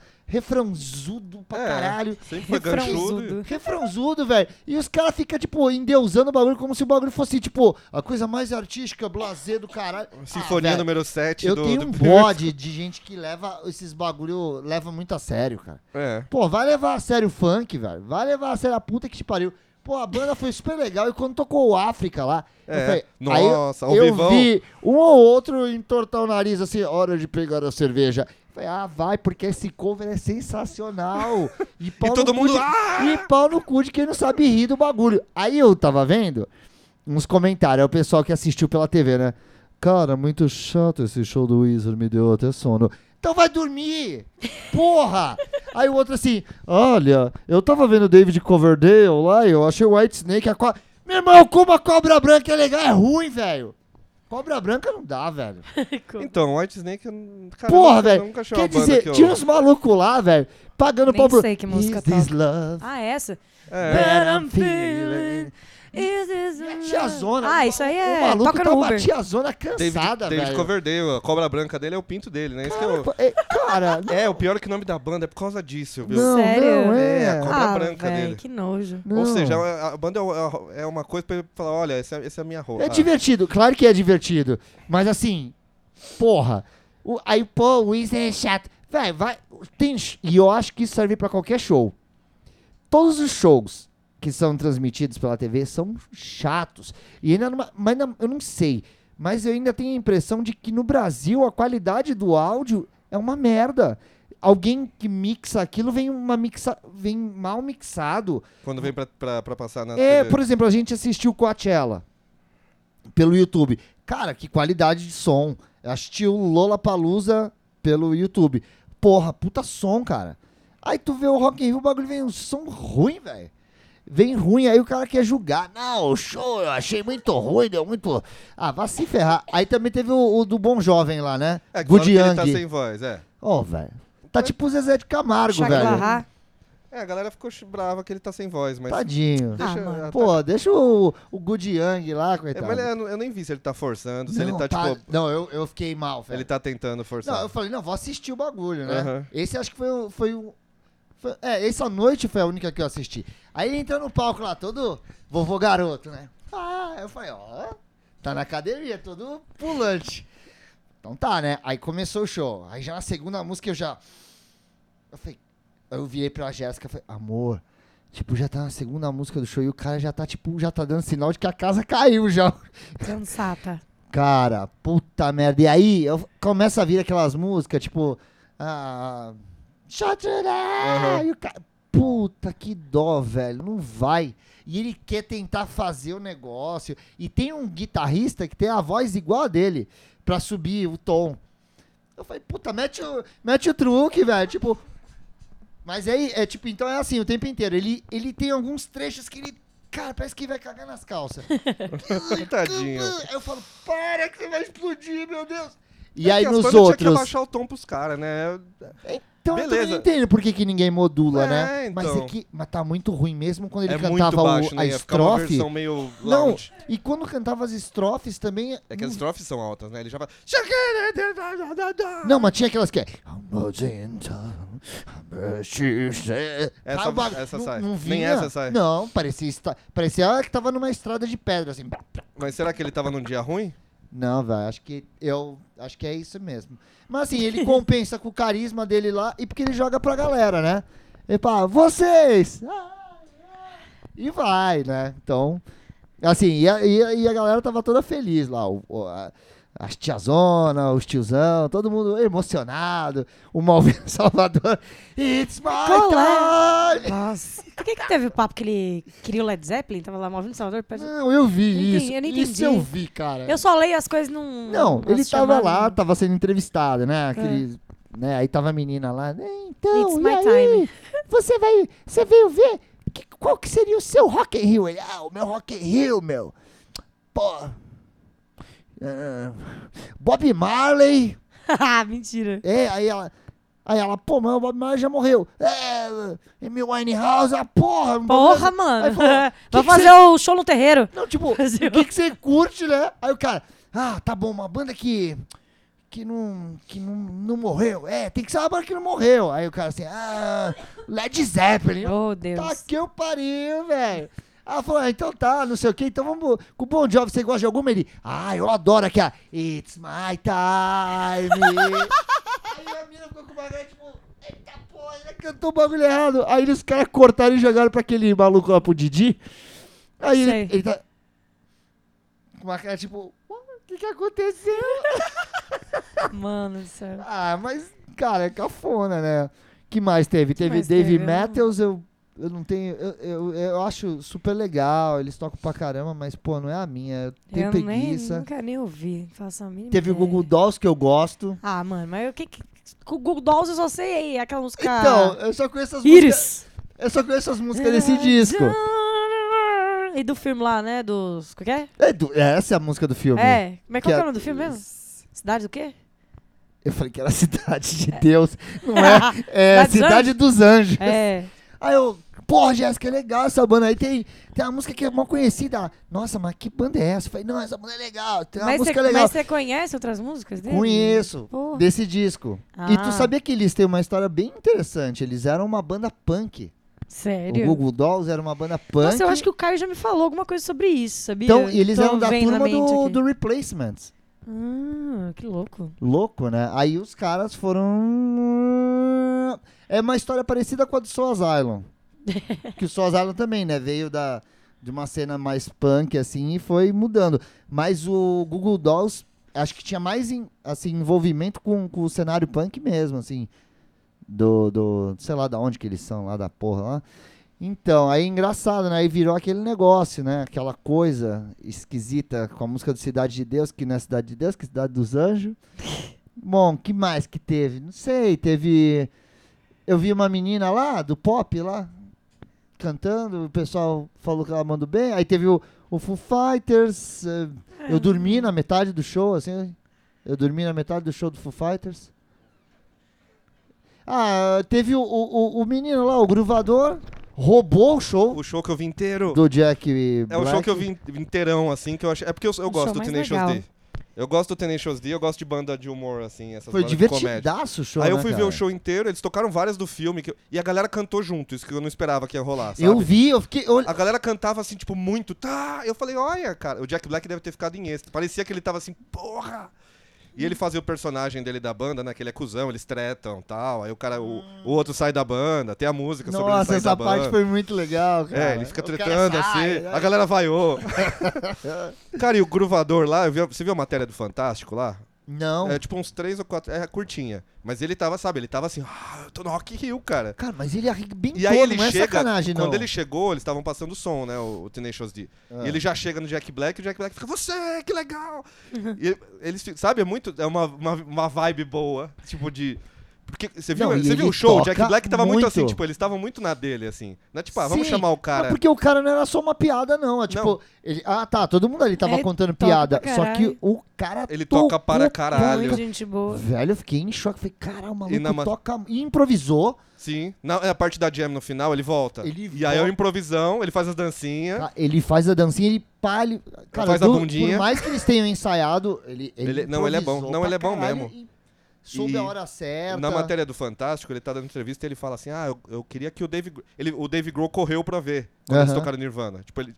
[SPEAKER 3] refranzudo pra
[SPEAKER 2] É.
[SPEAKER 3] caralho.
[SPEAKER 2] Sempre foi ganchudo.
[SPEAKER 4] Refranzudo.
[SPEAKER 3] Refranzudo, velho. E os caras ficam, tipo, endeusando o bagulho como se o bagulho fosse, tipo, a coisa mais artística, blasé do caralho.
[SPEAKER 2] e-
[SPEAKER 3] Ah,
[SPEAKER 2] Sinfonia
[SPEAKER 3] velho,
[SPEAKER 2] número 7
[SPEAKER 3] Eu
[SPEAKER 2] do.
[SPEAKER 3] tenho
[SPEAKER 2] do
[SPEAKER 3] um
[SPEAKER 2] Pinkerton.
[SPEAKER 3] bode de gente que leva esses bagulho, leva muito a sério, cara.
[SPEAKER 2] É.
[SPEAKER 3] Pô, vai levar a sério o funk, velho. Vai levar a sério a puta que te pariu. Pô, a banda foi super legal e quando tocou o África lá,
[SPEAKER 2] É.
[SPEAKER 3] eu falei,
[SPEAKER 2] Nossa,
[SPEAKER 3] aí
[SPEAKER 2] ao
[SPEAKER 3] eu
[SPEAKER 2] vivão.
[SPEAKER 3] vi um ou outro entortar o nariz assim, hora de pegar a cerveja. Eu Falei, ah, vai, porque esse cover é sensacional. E, pau
[SPEAKER 2] E
[SPEAKER 3] no
[SPEAKER 2] todo
[SPEAKER 3] cu
[SPEAKER 2] mundo.
[SPEAKER 3] de-
[SPEAKER 2] Ah!
[SPEAKER 3] e pau no cu de quem não sabe rir do bagulho. Aí eu tava vendo uns comentários, é o pessoal que assistiu pela TV, né? Cara, muito chato esse show do Wizard, me deu até sono. Então vai dormir! Porra! Aí o outro assim, olha, eu tava vendo David Coverdale lá e eu achei o White Snake a cobra. Meu irmão, como a cobra branca é legal, é ruim, velho! Cobra branca não dá, velho.
[SPEAKER 2] Então, White Snake. eu não- Cara, eu
[SPEAKER 3] Porra,
[SPEAKER 2] nunca-
[SPEAKER 3] velho.
[SPEAKER 2] nunca achei
[SPEAKER 3] Quer
[SPEAKER 2] uma banda
[SPEAKER 3] dizer,
[SPEAKER 2] que eu-
[SPEAKER 3] tinha uns malucos lá, velho, pagando
[SPEAKER 4] Nem
[SPEAKER 3] pau pro.
[SPEAKER 4] sei que música
[SPEAKER 3] Is this
[SPEAKER 4] toca.
[SPEAKER 3] love?
[SPEAKER 4] Ah, essa?
[SPEAKER 2] É.
[SPEAKER 4] That I'm
[SPEAKER 3] né?
[SPEAKER 4] feeling is this love.
[SPEAKER 3] Tiazona.
[SPEAKER 4] Ah, isso aí
[SPEAKER 3] O
[SPEAKER 4] é...
[SPEAKER 3] maluco
[SPEAKER 4] Toca
[SPEAKER 3] tá
[SPEAKER 4] no
[SPEAKER 3] uma
[SPEAKER 4] Uber.
[SPEAKER 3] tiazona
[SPEAKER 2] David,
[SPEAKER 3] cansada,
[SPEAKER 2] David
[SPEAKER 3] velho.
[SPEAKER 2] Coverdale, a cobra branca dele é o pinto dele, né? Isso que eu-
[SPEAKER 3] Pô, é, Cara,
[SPEAKER 2] É, o pior é que o nome da banda é por causa disso, viu?
[SPEAKER 3] não,
[SPEAKER 4] Sério?
[SPEAKER 3] não,
[SPEAKER 2] É, a
[SPEAKER 3] é.
[SPEAKER 2] cobra
[SPEAKER 4] Ah,
[SPEAKER 2] branca
[SPEAKER 4] velho,
[SPEAKER 2] dele.
[SPEAKER 4] que nojo.
[SPEAKER 3] Não.
[SPEAKER 2] Ou seja, a a banda é o- é uma coisa pra ele falar, olha, essa é, essa é a minha roupa.
[SPEAKER 3] É divertido, claro que é divertido. Mas assim, porra. o- aí, pô, o Wiz é chato. Véi, vai. Tem, sh- e eu acho que isso serve pra qualquer show. Todos os shows que são transmitidos pela TV são chatos. E ainda numa, mas ainda- eu não sei. Mas eu ainda tenho a impressão de que no Brasil a qualidade do áudio é uma merda. Alguém que mixa aquilo vem uma mixa, vem mal mixado.
[SPEAKER 2] Quando vem pra, pra, pra passar na
[SPEAKER 3] É,
[SPEAKER 2] TV.
[SPEAKER 3] por exemplo, a gente assistiu Coachella pelo YouTube. Cara, que qualidade de som. Assistiu Lollapalooza pelo YouTube. Porra, puta som, cara. Aí tu vê o Rock in Rio, o bagulho vem um som ruim, velho. Vem ruim, aí o cara quer julgar. Não, o show eu achei muito ruim, deu muito... Ah, vai se ferrar. Aí também teve o, o do Bom Jovem lá, né?
[SPEAKER 2] É, que fala
[SPEAKER 3] Good
[SPEAKER 2] que ele tá
[SPEAKER 3] Young.
[SPEAKER 2] sem voz, é.
[SPEAKER 3] Ó, velho. Tá tipo o Zezé de Camargo, velho.
[SPEAKER 4] Chaclarrá.
[SPEAKER 2] É, a galera ficou ch- brava que ele tá sem voz, mas.
[SPEAKER 3] Tadinho.
[SPEAKER 4] Ah,
[SPEAKER 2] Deixa,
[SPEAKER 4] mano.
[SPEAKER 2] ah, tá-
[SPEAKER 3] Pô, deixa o, o Good Yang lá,
[SPEAKER 2] É,
[SPEAKER 3] coitado.
[SPEAKER 2] mas eu, eu nem vi se ele tá forçando, se ele
[SPEAKER 3] Não,
[SPEAKER 2] tá,
[SPEAKER 3] tá-
[SPEAKER 2] tipo.
[SPEAKER 3] Não, eu, eu fiquei mal, velho.
[SPEAKER 2] Ele tá tentando
[SPEAKER 3] Não, eu
[SPEAKER 2] forçar.
[SPEAKER 3] falei, não, vou assistir o bagulho, né?
[SPEAKER 2] Aham.
[SPEAKER 3] Esse acho que foi o. Foi o foi- é, essa noite foi a única que eu assisti. Aí ele entra no palco lá, todo vovô garoto, né? Ah, eu falei, ó, tá na academia, todo pulante. Então tá, né? Aí começou o show. Aí já na segunda música eu já. Eu falei, eu virei pra Jéssica e falei, amor, tipo, já tá na segunda música do show e o cara já tá, tipo, já tá dando sinal de que a casa caiu já.
[SPEAKER 4] Cansata.
[SPEAKER 3] Cara, puta merda. E aí eu começa a vir aquelas músicas, tipo. Ah, Shut it out! E o ca- Puta que dó, velho. Não vai. E ele quer tentar fazer o negócio. E tem um guitarrista que tem a voz igual a dele pra subir o tom. Eu falei, puta, mete o, mete o truque, velho. Tipo. Mas aí, é tipo, então é assim o tempo inteiro. Ele, ele tem alguns trechos que ele. Cara, parece que vai cagar nas calças.
[SPEAKER 2] Tadinho.
[SPEAKER 3] Aí Eu falo, para que você vai explodir, meu Deus. E aí
[SPEAKER 2] É que as bandas
[SPEAKER 3] nos
[SPEAKER 2] Tinha que
[SPEAKER 3] outros.
[SPEAKER 2] abaixar o tom pros caras, né?
[SPEAKER 3] Então eu também
[SPEAKER 2] Beleza.
[SPEAKER 3] não entendo por que, que ninguém modula,
[SPEAKER 2] É,
[SPEAKER 3] né? Mas é
[SPEAKER 2] então.
[SPEAKER 3] que mas tá muito ruim mesmo quando ele
[SPEAKER 2] é muito
[SPEAKER 3] cantava o-
[SPEAKER 2] baixo,
[SPEAKER 3] a
[SPEAKER 2] né? Ia ficar uma
[SPEAKER 3] estrofe.
[SPEAKER 2] versão meio
[SPEAKER 3] Não,
[SPEAKER 2] lounge.
[SPEAKER 3] e quando cantava as estrofes também.
[SPEAKER 2] É que as
[SPEAKER 3] não,
[SPEAKER 2] estrofes são altas, né? Ele já fala.
[SPEAKER 3] não, mas tinha aquelas que é. Tá, o bagulho-
[SPEAKER 2] essa
[SPEAKER 3] não-
[SPEAKER 2] sai.
[SPEAKER 3] Não,
[SPEAKER 2] Nem
[SPEAKER 3] vinha.
[SPEAKER 2] essa sai.
[SPEAKER 3] Não, parecia, esta- parecia que tava numa estrada de pedra, assim.
[SPEAKER 2] Mas será que ele tava num dia ruim?
[SPEAKER 3] Não, velho, acho que eu acho que é isso mesmo. Mas assim, ele compensa com o carisma dele lá e porque ele joga pra galera, né? Ele fala, vocês! Ah, ah", E vai, né? Então, assim, e a, e a- e a galera tava toda feliz lá. O, o- a- as tiazona, os tiozão, todo mundo emocionado. O Malvino Salvador, it's my
[SPEAKER 4] Qual é?
[SPEAKER 3] time!
[SPEAKER 4] Nossa. Por que, que teve o papo que ele queria o Led Zeppelin? Tava lá movendo o Salvador. parece-
[SPEAKER 3] Não, eu vi
[SPEAKER 4] Eu não
[SPEAKER 3] isso.
[SPEAKER 4] entendi, eu não
[SPEAKER 3] Isso eu
[SPEAKER 4] entendi.
[SPEAKER 3] vi, cara.
[SPEAKER 4] Eu só leio as coisas num.
[SPEAKER 3] Não, ele
[SPEAKER 4] nas
[SPEAKER 3] tava
[SPEAKER 4] chamadas.
[SPEAKER 3] lá, tava sendo entrevistado, né? Aquele, né? Aí tava a menina lá, né? Então,
[SPEAKER 4] É. It's
[SPEAKER 3] e
[SPEAKER 4] my
[SPEAKER 3] aí? Você vai, você veio ver que- qual que seria o seu Rock in Rio? Ele, ah, o meu Rock in Rio, meu. Pô. ah, Bob Marley.
[SPEAKER 4] ah, mentira.
[SPEAKER 3] É, aí ela Aí ela, pô, mas o Bob Marley já morreu. É, Amy Winehouse, ah, porra. não vou
[SPEAKER 4] Porra,
[SPEAKER 3] fazer- Aí
[SPEAKER 4] mano.
[SPEAKER 3] falou, "Que
[SPEAKER 4] Vai
[SPEAKER 3] que você
[SPEAKER 4] fazer o show no terreiro.
[SPEAKER 3] não, tipo, o
[SPEAKER 4] Fazer
[SPEAKER 3] que,
[SPEAKER 4] o-
[SPEAKER 3] que você curte, né? Aí o cara, ah, tá bom, uma banda que. que não. que não, não morreu. É, tem que ser uma banda que não morreu. Aí o cara assim, ah, Led Zeppelin.
[SPEAKER 4] Oh, Deus.
[SPEAKER 3] Tá que eu pariu, velho. Aí ela falou, ah, então tá, não sei o que, então vamos. Com o Bon Jovi, você gosta de alguma? Ele, ah, eu adoro aqui, ó. It's my time. Aí a mina ficou com uma cara, tipo, eita porra, ele cantou o bagulho errado. Aí os caras cortaram e jogaram pra aquele maluco lá pro Didi. Aí ele,
[SPEAKER 4] Sei.
[SPEAKER 3] ele tá. Com uma cara, tipo, "Ué, o que que aconteceu?
[SPEAKER 4] Mano do céu.
[SPEAKER 3] Ah, mas, cara, é cafona, né? que mais teve? Teve
[SPEAKER 4] mais
[SPEAKER 3] Dave
[SPEAKER 4] teve? Eu não-
[SPEAKER 3] Matthews, eu, eu não tenho. Eu, eu, eu acho super legal, eles tocam pra caramba, mas, pô, não é a minha. Eu tenho
[SPEAKER 4] Eu nem,
[SPEAKER 3] preguiça.
[SPEAKER 4] nunca nem ouvi. Faço a mínima
[SPEAKER 3] Teve o
[SPEAKER 4] ideia.
[SPEAKER 3] Google Dolls, que eu gosto.
[SPEAKER 4] Ah, mano, mas o que. que... Com o Google Dolls eu só sei aí, aquela música.
[SPEAKER 3] Então, eu só conheço as músicas.
[SPEAKER 4] Iris.
[SPEAKER 3] Eu só conheço as músicas desse disco.
[SPEAKER 4] E do filme lá, né? Dos. Como que é?
[SPEAKER 3] É do- é, essa é a música do filme.
[SPEAKER 4] É. Mas qual que
[SPEAKER 3] Que
[SPEAKER 4] é o
[SPEAKER 3] a-
[SPEAKER 4] nome do filme mesmo? Cidade do quê?
[SPEAKER 3] Eu falei que era Cidade de Deus. Não é? É Cidade
[SPEAKER 4] Cidade dos
[SPEAKER 3] dos Anjos.
[SPEAKER 4] É.
[SPEAKER 3] Aí eu, porra, Jéssica, é legal essa banda. Aí tem, tem uma música que é mal conhecida. Ela, Nossa, mas que banda é essa? Eu falei, não, essa banda é legal. Tem uma
[SPEAKER 4] Mas
[SPEAKER 3] música
[SPEAKER 4] você
[SPEAKER 3] legal.
[SPEAKER 4] mas você conhece outras músicas dele?
[SPEAKER 3] Conheço
[SPEAKER 4] Porra.
[SPEAKER 3] desse disco. E
[SPEAKER 4] Ah.
[SPEAKER 3] tu sabia que eles têm uma história bem interessante? Eles eram uma banda punk.
[SPEAKER 4] Sério?
[SPEAKER 3] O Google Dolls era uma banda punk.
[SPEAKER 4] Nossa, eu acho que o Caio já me falou alguma coisa sobre isso, sabia?
[SPEAKER 3] Então, e eles
[SPEAKER 4] Tô
[SPEAKER 3] eram da
[SPEAKER 4] vendo na
[SPEAKER 3] turma
[SPEAKER 4] mente
[SPEAKER 3] do,
[SPEAKER 4] aqui.
[SPEAKER 3] do Replacements.
[SPEAKER 4] Ah, que louco.
[SPEAKER 3] Louco, né? Aí os caras foram. É uma história parecida com a do Soul Asylum. que o Soul Asylum também, né? Veio da, de uma cena mais punk, assim, e foi mudando. Mas o Google Dolls, acho que tinha mais em- assim, envolvimento com, com o cenário punk mesmo, assim. Do, do. Sei lá da onde que eles são, lá da porra lá. Então, aí é engraçado, né? Aí virou aquele negócio, né? Aquela coisa esquisita com a música do Cidade de Deus, que não é Cidade de Deus, que é Cidade dos Anjos. Bom, que mais que teve? Não sei, teve. Eu vi uma menina lá, do pop lá, cantando, o pessoal falou que ela mandou bem. Aí teve o, o Foo Fighters. eh, Eu dormi na metade do show, assim. Eu dormi na metade do show do Foo Fighters. Ah, teve o, o, o menino lá, o gruvador, roubou o show
[SPEAKER 2] O show que eu vi inteiro.
[SPEAKER 3] do Jack
[SPEAKER 2] É o show que eu vi inteirão, assim, que eu acho. É porque eu, eu
[SPEAKER 4] O
[SPEAKER 2] gosto
[SPEAKER 4] show
[SPEAKER 2] do
[SPEAKER 4] mais
[SPEAKER 2] Tenacious
[SPEAKER 4] legal.
[SPEAKER 2] D. Eu gosto do Tenacious D, eu gosto de banda de humor, assim, essas
[SPEAKER 3] Foi
[SPEAKER 2] bandas de comédia.
[SPEAKER 3] divertidaço o show,
[SPEAKER 2] Aí eu
[SPEAKER 3] né,
[SPEAKER 2] fui ver
[SPEAKER 3] cara?
[SPEAKER 2] o show inteiro, eles tocaram várias do filme que eu- e a galera cantou junto, isso que eu não esperava que ia rolar, sabe?
[SPEAKER 3] Eu vi, eu fiquei... eu-
[SPEAKER 2] A galera cantava assim, tipo, muito, tá? Eu falei, olha, cara, o Jack Black deve ter ficado em êxtase. Parecia que ele tava assim, porra! E ele fazia o personagem dele da banda, né? Que ele é cuzão, eles tretam tal. Aí o cara, o, o outro sai da banda, tem a música sobre ele
[SPEAKER 3] Nossa,
[SPEAKER 2] sair
[SPEAKER 3] essa
[SPEAKER 2] da
[SPEAKER 3] parte
[SPEAKER 2] banda.
[SPEAKER 3] foi muito legal, cara.
[SPEAKER 2] É, ele fica
[SPEAKER 3] O cara
[SPEAKER 2] tretando
[SPEAKER 3] sai, é.
[SPEAKER 2] assim, a galera vaiou. cara, e o gruvador lá, eu vi- você viu a matéria do Fantástico lá?
[SPEAKER 3] Não.
[SPEAKER 2] É tipo uns três ou quatro, é curtinha. Mas ele tava, sabe, ele tava assim, ah, eu tô no Rock in Rio, cara.
[SPEAKER 3] Cara, mas ele arrebentou,
[SPEAKER 2] E aí ele
[SPEAKER 3] não é
[SPEAKER 2] chega,
[SPEAKER 3] sacanagem, não. Ah.
[SPEAKER 2] quando ele chegou, eles estavam passando som, né, o, o Tenacious D. E ele já chega no Jack Black, e o Jack Black fica, você, que legal! e ele- eles, fi- sabe, é muito, é uma, uma, uma vibe boa, tipo de... Porque você viu,
[SPEAKER 3] Não, e
[SPEAKER 2] você viu
[SPEAKER 3] ele
[SPEAKER 2] o show? O Jack
[SPEAKER 3] toca
[SPEAKER 2] Black tava muito,
[SPEAKER 3] muito.
[SPEAKER 2] assim, tipo, eles estavam muito na dele, assim. Não é tipo, ah, vamos
[SPEAKER 3] Sim,
[SPEAKER 2] chamar o
[SPEAKER 3] mas
[SPEAKER 2] cara...
[SPEAKER 3] porque o cara não era só uma piada, não. É tipo,
[SPEAKER 2] Não.
[SPEAKER 3] ele- ah, tá, todo mundo ali tava
[SPEAKER 4] É,
[SPEAKER 3] contando
[SPEAKER 4] toca
[SPEAKER 3] piada.
[SPEAKER 4] pra
[SPEAKER 3] Só que
[SPEAKER 4] caralho.
[SPEAKER 3] o cara.
[SPEAKER 2] Ele toca
[SPEAKER 3] tocou
[SPEAKER 2] para
[SPEAKER 3] pra-
[SPEAKER 2] caralho.
[SPEAKER 4] Muito gente boa.
[SPEAKER 3] Velho, eu fiquei em choque. Falei, caralho, o maluco
[SPEAKER 2] na ma-
[SPEAKER 3] toca. E improvisou.
[SPEAKER 2] Sim. Na, é a parte da jam no final, ele volta.
[SPEAKER 3] Ele
[SPEAKER 2] e aí é o
[SPEAKER 3] volta.
[SPEAKER 2] improvisão, ele faz as dancinhas.
[SPEAKER 3] tá? Ele faz a dancinha, ele palha. Cara,
[SPEAKER 2] É. Faz a
[SPEAKER 3] do-
[SPEAKER 2] bundinha.
[SPEAKER 3] Por mais que eles tenham ensaiado, ele. ele
[SPEAKER 2] Ele- não, ele é bom.
[SPEAKER 3] improvisou
[SPEAKER 2] Não,
[SPEAKER 3] pra
[SPEAKER 2] ele é bom
[SPEAKER 3] caralho
[SPEAKER 2] mesmo.
[SPEAKER 3] e Soube
[SPEAKER 2] E
[SPEAKER 3] a hora certa.
[SPEAKER 2] Na matéria do Fantástico, ele tá dando entrevista e ele fala assim: Ah, eu, eu queria que o Dave. Gro- Ele, o Dave Grohl correu pra ver quando eles
[SPEAKER 3] Aham.
[SPEAKER 2] tocaram Nirvana. Tipo, ele,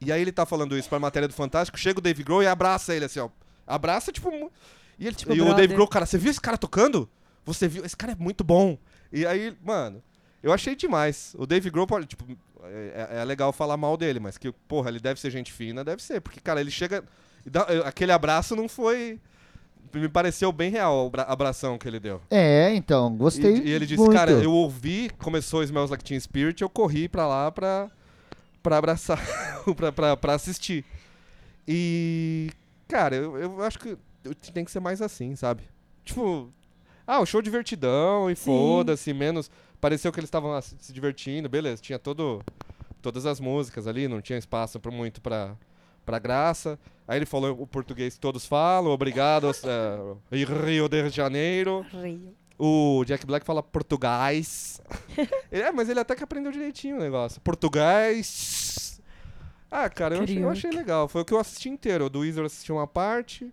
[SPEAKER 2] e aí ele tá falando isso pra matéria do Fantástico, chega o Dave Grohl e abraça ele assim, ó. Abraça, tipo. mu- E, ele,
[SPEAKER 4] Tipo,
[SPEAKER 2] e o
[SPEAKER 4] brother.
[SPEAKER 2] Dave Grohl, cara, você viu esse cara tocando? Você viu? Esse cara é muito bom. E aí, mano, eu achei demais. O Dave Grohl, pode, tipo, é, é legal falar mal dele, mas que, porra, ele deve ser gente fina, deve ser. Porque, cara, ele chega. e dá- aquele abraço não foi. Me pareceu bem real o bra- abração que ele deu.
[SPEAKER 3] É, então, gostei.
[SPEAKER 2] E, e ele disse,
[SPEAKER 3] muito.
[SPEAKER 2] cara, eu ouvi, começou o Smells Like Teen Spirit, eu corri pra lá pra, pra abraçar, pra, pra, pra assistir. E, cara, eu, eu acho que eu- tem que ser mais assim, sabe? Tipo, ah, um show divertidão e
[SPEAKER 4] Sim.
[SPEAKER 2] foda-se, menos... Pareceu que eles estavam lá se se divertindo, beleza, tinha todo, todas as músicas ali, não tinha espaço pra, muito pra, pra graça. Aí ele falou o português que todos falam, obrigado, eh, Rio de Janeiro.
[SPEAKER 4] Rio.
[SPEAKER 2] O Jack Black fala português. ele, é, mas ele até que aprendeu direitinho o negócio. Português. Ah, cara, eu achei, eu achei legal. Foi o que eu assisti inteiro. O do Weezer eu assisti uma parte.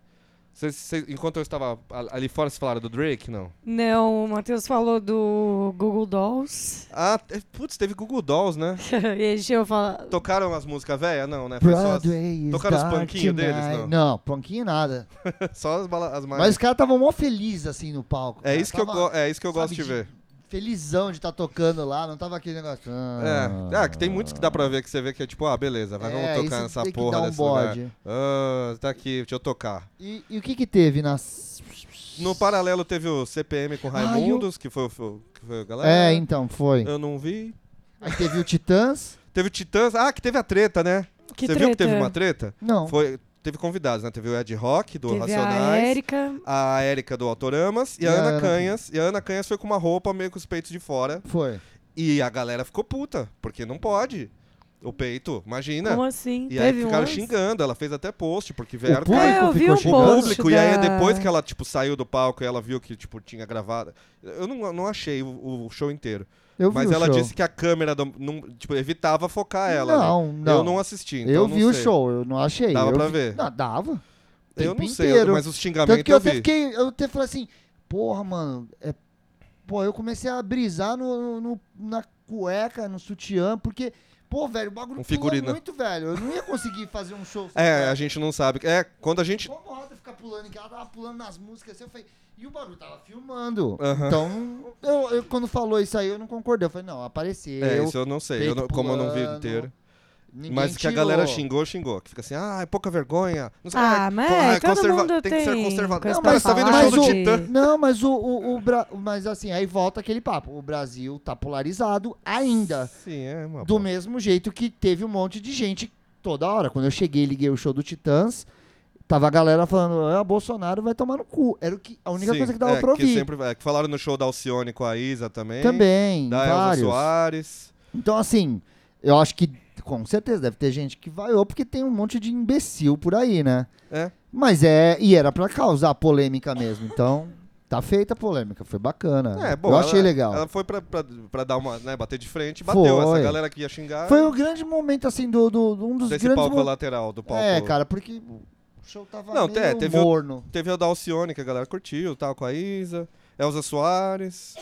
[SPEAKER 2] Vocês- vocês- enquanto eu estava a- ali fora, vocês falaram do Drake? Não.
[SPEAKER 4] Não, o Matheus falou do Google Dolls.
[SPEAKER 2] Ah, te- putz, teve Google Dolls, né?
[SPEAKER 4] e aí eu falo.
[SPEAKER 2] Tocaram as músicas velhas? Não, né? Foi só as,
[SPEAKER 3] Broadway is
[SPEAKER 2] tocaram os
[SPEAKER 3] dark
[SPEAKER 2] punkinhos deles,
[SPEAKER 3] tonight.
[SPEAKER 2] não?
[SPEAKER 3] Não, punkinho nada.
[SPEAKER 2] só as, bala- as mais...
[SPEAKER 3] Mas os caras estavam mó felizes assim no palco.
[SPEAKER 2] é,
[SPEAKER 3] cara.
[SPEAKER 2] isso que eu,
[SPEAKER 3] Tava
[SPEAKER 2] go- é isso que eu gosto de
[SPEAKER 3] sabe,
[SPEAKER 2] ver.
[SPEAKER 3] Felizão de estar tocando lá, não tava aquele negócio.
[SPEAKER 2] É, ah, que tem muitos que dá pra ver que você vê que é tipo, ah, beleza, vai,
[SPEAKER 3] É,
[SPEAKER 2] vamos tocar
[SPEAKER 3] isso
[SPEAKER 2] nessa
[SPEAKER 3] tem que
[SPEAKER 2] porra
[SPEAKER 3] dar um
[SPEAKER 2] desse lugar.
[SPEAKER 3] bode.
[SPEAKER 2] Ah, tá aqui, deixa eu tocar.
[SPEAKER 3] E, e o que que teve nas.
[SPEAKER 2] No paralelo teve o CPM com Raimundos, que, foi, o- foi o- que foi a galera.
[SPEAKER 3] É, então, foi.
[SPEAKER 2] Eu não vi.
[SPEAKER 3] Aí teve o Titãs.
[SPEAKER 2] Teve o Titãs. Ah, que teve a treta, né?
[SPEAKER 4] Que
[SPEAKER 2] Você
[SPEAKER 4] treta.
[SPEAKER 2] viu que teve uma treta?
[SPEAKER 3] Não.
[SPEAKER 2] Foi, teve convidados, né? Teve o Ed Rock, do
[SPEAKER 4] Teve a
[SPEAKER 2] Racionais.
[SPEAKER 4] Érica.
[SPEAKER 2] A Érica do Autoramas e, a Ana Canhas. E a Ana Canhas foi com uma roupa meio com os peitos de fora.
[SPEAKER 3] Foi.
[SPEAKER 2] E a galera ficou puta, porque não pode. O peito, imagina.
[SPEAKER 4] Como assim?
[SPEAKER 2] Né? E aí
[SPEAKER 4] Teve
[SPEAKER 2] ficaram
[SPEAKER 4] um lance?
[SPEAKER 2] xingando. Ela fez até post, porque vieram
[SPEAKER 3] público
[SPEAKER 4] É, eu vi
[SPEAKER 3] ficou
[SPEAKER 4] um
[SPEAKER 2] o
[SPEAKER 3] xingando?
[SPEAKER 4] post
[SPEAKER 2] público, e aí é
[SPEAKER 4] da-
[SPEAKER 2] depois que ela, tipo, saiu do palco e ela viu que, tipo, tinha gravado... Eu não, não achei o, o show inteiro.
[SPEAKER 3] Eu vi
[SPEAKER 2] mas
[SPEAKER 3] o
[SPEAKER 2] ela
[SPEAKER 3] show.
[SPEAKER 2] disse que a câmera, do- não, tipo, evitava focar ela. né?
[SPEAKER 3] Não, não.
[SPEAKER 2] Eu não assisti, então
[SPEAKER 3] eu
[SPEAKER 2] não
[SPEAKER 3] vi o
[SPEAKER 2] sei.
[SPEAKER 3] show, eu não achei.
[SPEAKER 2] Dava
[SPEAKER 3] eu
[SPEAKER 2] pra
[SPEAKER 3] vi-
[SPEAKER 2] ver.
[SPEAKER 3] Não, dava.
[SPEAKER 2] Eu
[SPEAKER 3] tempo
[SPEAKER 2] não sei,
[SPEAKER 3] inteiro.
[SPEAKER 2] mas os xingamentos
[SPEAKER 3] Tanto que eu
[SPEAKER 2] eu vi.
[SPEAKER 3] até fiquei. Eu até falei assim, porra, mano. É, pô, eu comecei a brisar no, no- na cueca, no sutiã, porque. Pô, velho, o bagulho
[SPEAKER 2] Um
[SPEAKER 3] pula
[SPEAKER 2] figurino.
[SPEAKER 3] muito, velho. Eu não ia conseguir fazer um show. sem
[SPEAKER 2] É,
[SPEAKER 3] cueca.
[SPEAKER 2] a gente não sabe. É, quando a gente...
[SPEAKER 3] Como a Rota ficar pulando, que ela tava pulando nas músicas, assim, eu falei, e o barulho tava filmando.
[SPEAKER 2] Aham.
[SPEAKER 3] Então, eu, eu- quando falou isso aí, eu não concordei. Eu falei, não, apareceu.
[SPEAKER 2] É, isso eu não sei. Eu
[SPEAKER 3] peito
[SPEAKER 2] não- como eu não vi
[SPEAKER 3] pulando,
[SPEAKER 2] inteiro.
[SPEAKER 3] ninguém
[SPEAKER 2] mas que a
[SPEAKER 3] tirou.
[SPEAKER 2] galera xingou, xingou. Que fica assim, ah, é pouca vergonha. Não sei,
[SPEAKER 4] Ah,
[SPEAKER 2] é,
[SPEAKER 4] mas
[SPEAKER 2] porra, é
[SPEAKER 4] todo
[SPEAKER 2] conserva-
[SPEAKER 4] mundo
[SPEAKER 2] tem que ser
[SPEAKER 4] tem
[SPEAKER 2] conservador.
[SPEAKER 4] coisa
[SPEAKER 2] Não,
[SPEAKER 4] pra
[SPEAKER 2] mas tá vendo o
[SPEAKER 4] falar
[SPEAKER 2] show do
[SPEAKER 4] de-
[SPEAKER 2] Titã.
[SPEAKER 3] Não, mas o, o, o Bra- mas assim, aí volta aquele papo. O Brasil tá polarizado ainda.
[SPEAKER 2] Sim, é uma
[SPEAKER 3] Do
[SPEAKER 2] boa.
[SPEAKER 3] mesmo jeito que teve um monte de gente toda hora. Quando eu cheguei e liguei o show do Titãs, tava a galera falando, ah, Bolsonaro vai tomar no cu. Era o que, a única
[SPEAKER 2] Sim,
[SPEAKER 3] coisa que dava
[SPEAKER 2] é,
[SPEAKER 3] pra
[SPEAKER 2] Que,
[SPEAKER 3] ouvir.
[SPEAKER 2] sempre, é, que falaram no show da Alcione com a Isa também.
[SPEAKER 3] Também,
[SPEAKER 2] Da Elza
[SPEAKER 3] vários.
[SPEAKER 2] Soares.
[SPEAKER 3] Então, assim, eu acho que com certeza deve ter gente que vaiou porque tem um monte de imbecil por aí, né?
[SPEAKER 2] É.
[SPEAKER 3] Mas é. E era pra causar polêmica mesmo. Então, Tá feita a polêmica, foi bacana.
[SPEAKER 2] É, bom,
[SPEAKER 3] Ah. Eu achei
[SPEAKER 2] ela-
[SPEAKER 3] legal.
[SPEAKER 2] Ela foi pra, pra, pra dar uma, né, bater de frente, bateu.
[SPEAKER 3] Foi.
[SPEAKER 2] Essa galera que ia xingar
[SPEAKER 3] Foi um grande momento, assim, do, do- do- um dos
[SPEAKER 2] desse
[SPEAKER 3] grandes
[SPEAKER 2] palco
[SPEAKER 3] mo-
[SPEAKER 2] lateral, do palco.
[SPEAKER 3] É, cara, porque o show tava
[SPEAKER 2] Não,
[SPEAKER 3] meio
[SPEAKER 2] é, teve o-
[SPEAKER 3] morno.
[SPEAKER 2] Teve o da Alcione, que a galera curtiu, tal, com a Isa, Elza Soares,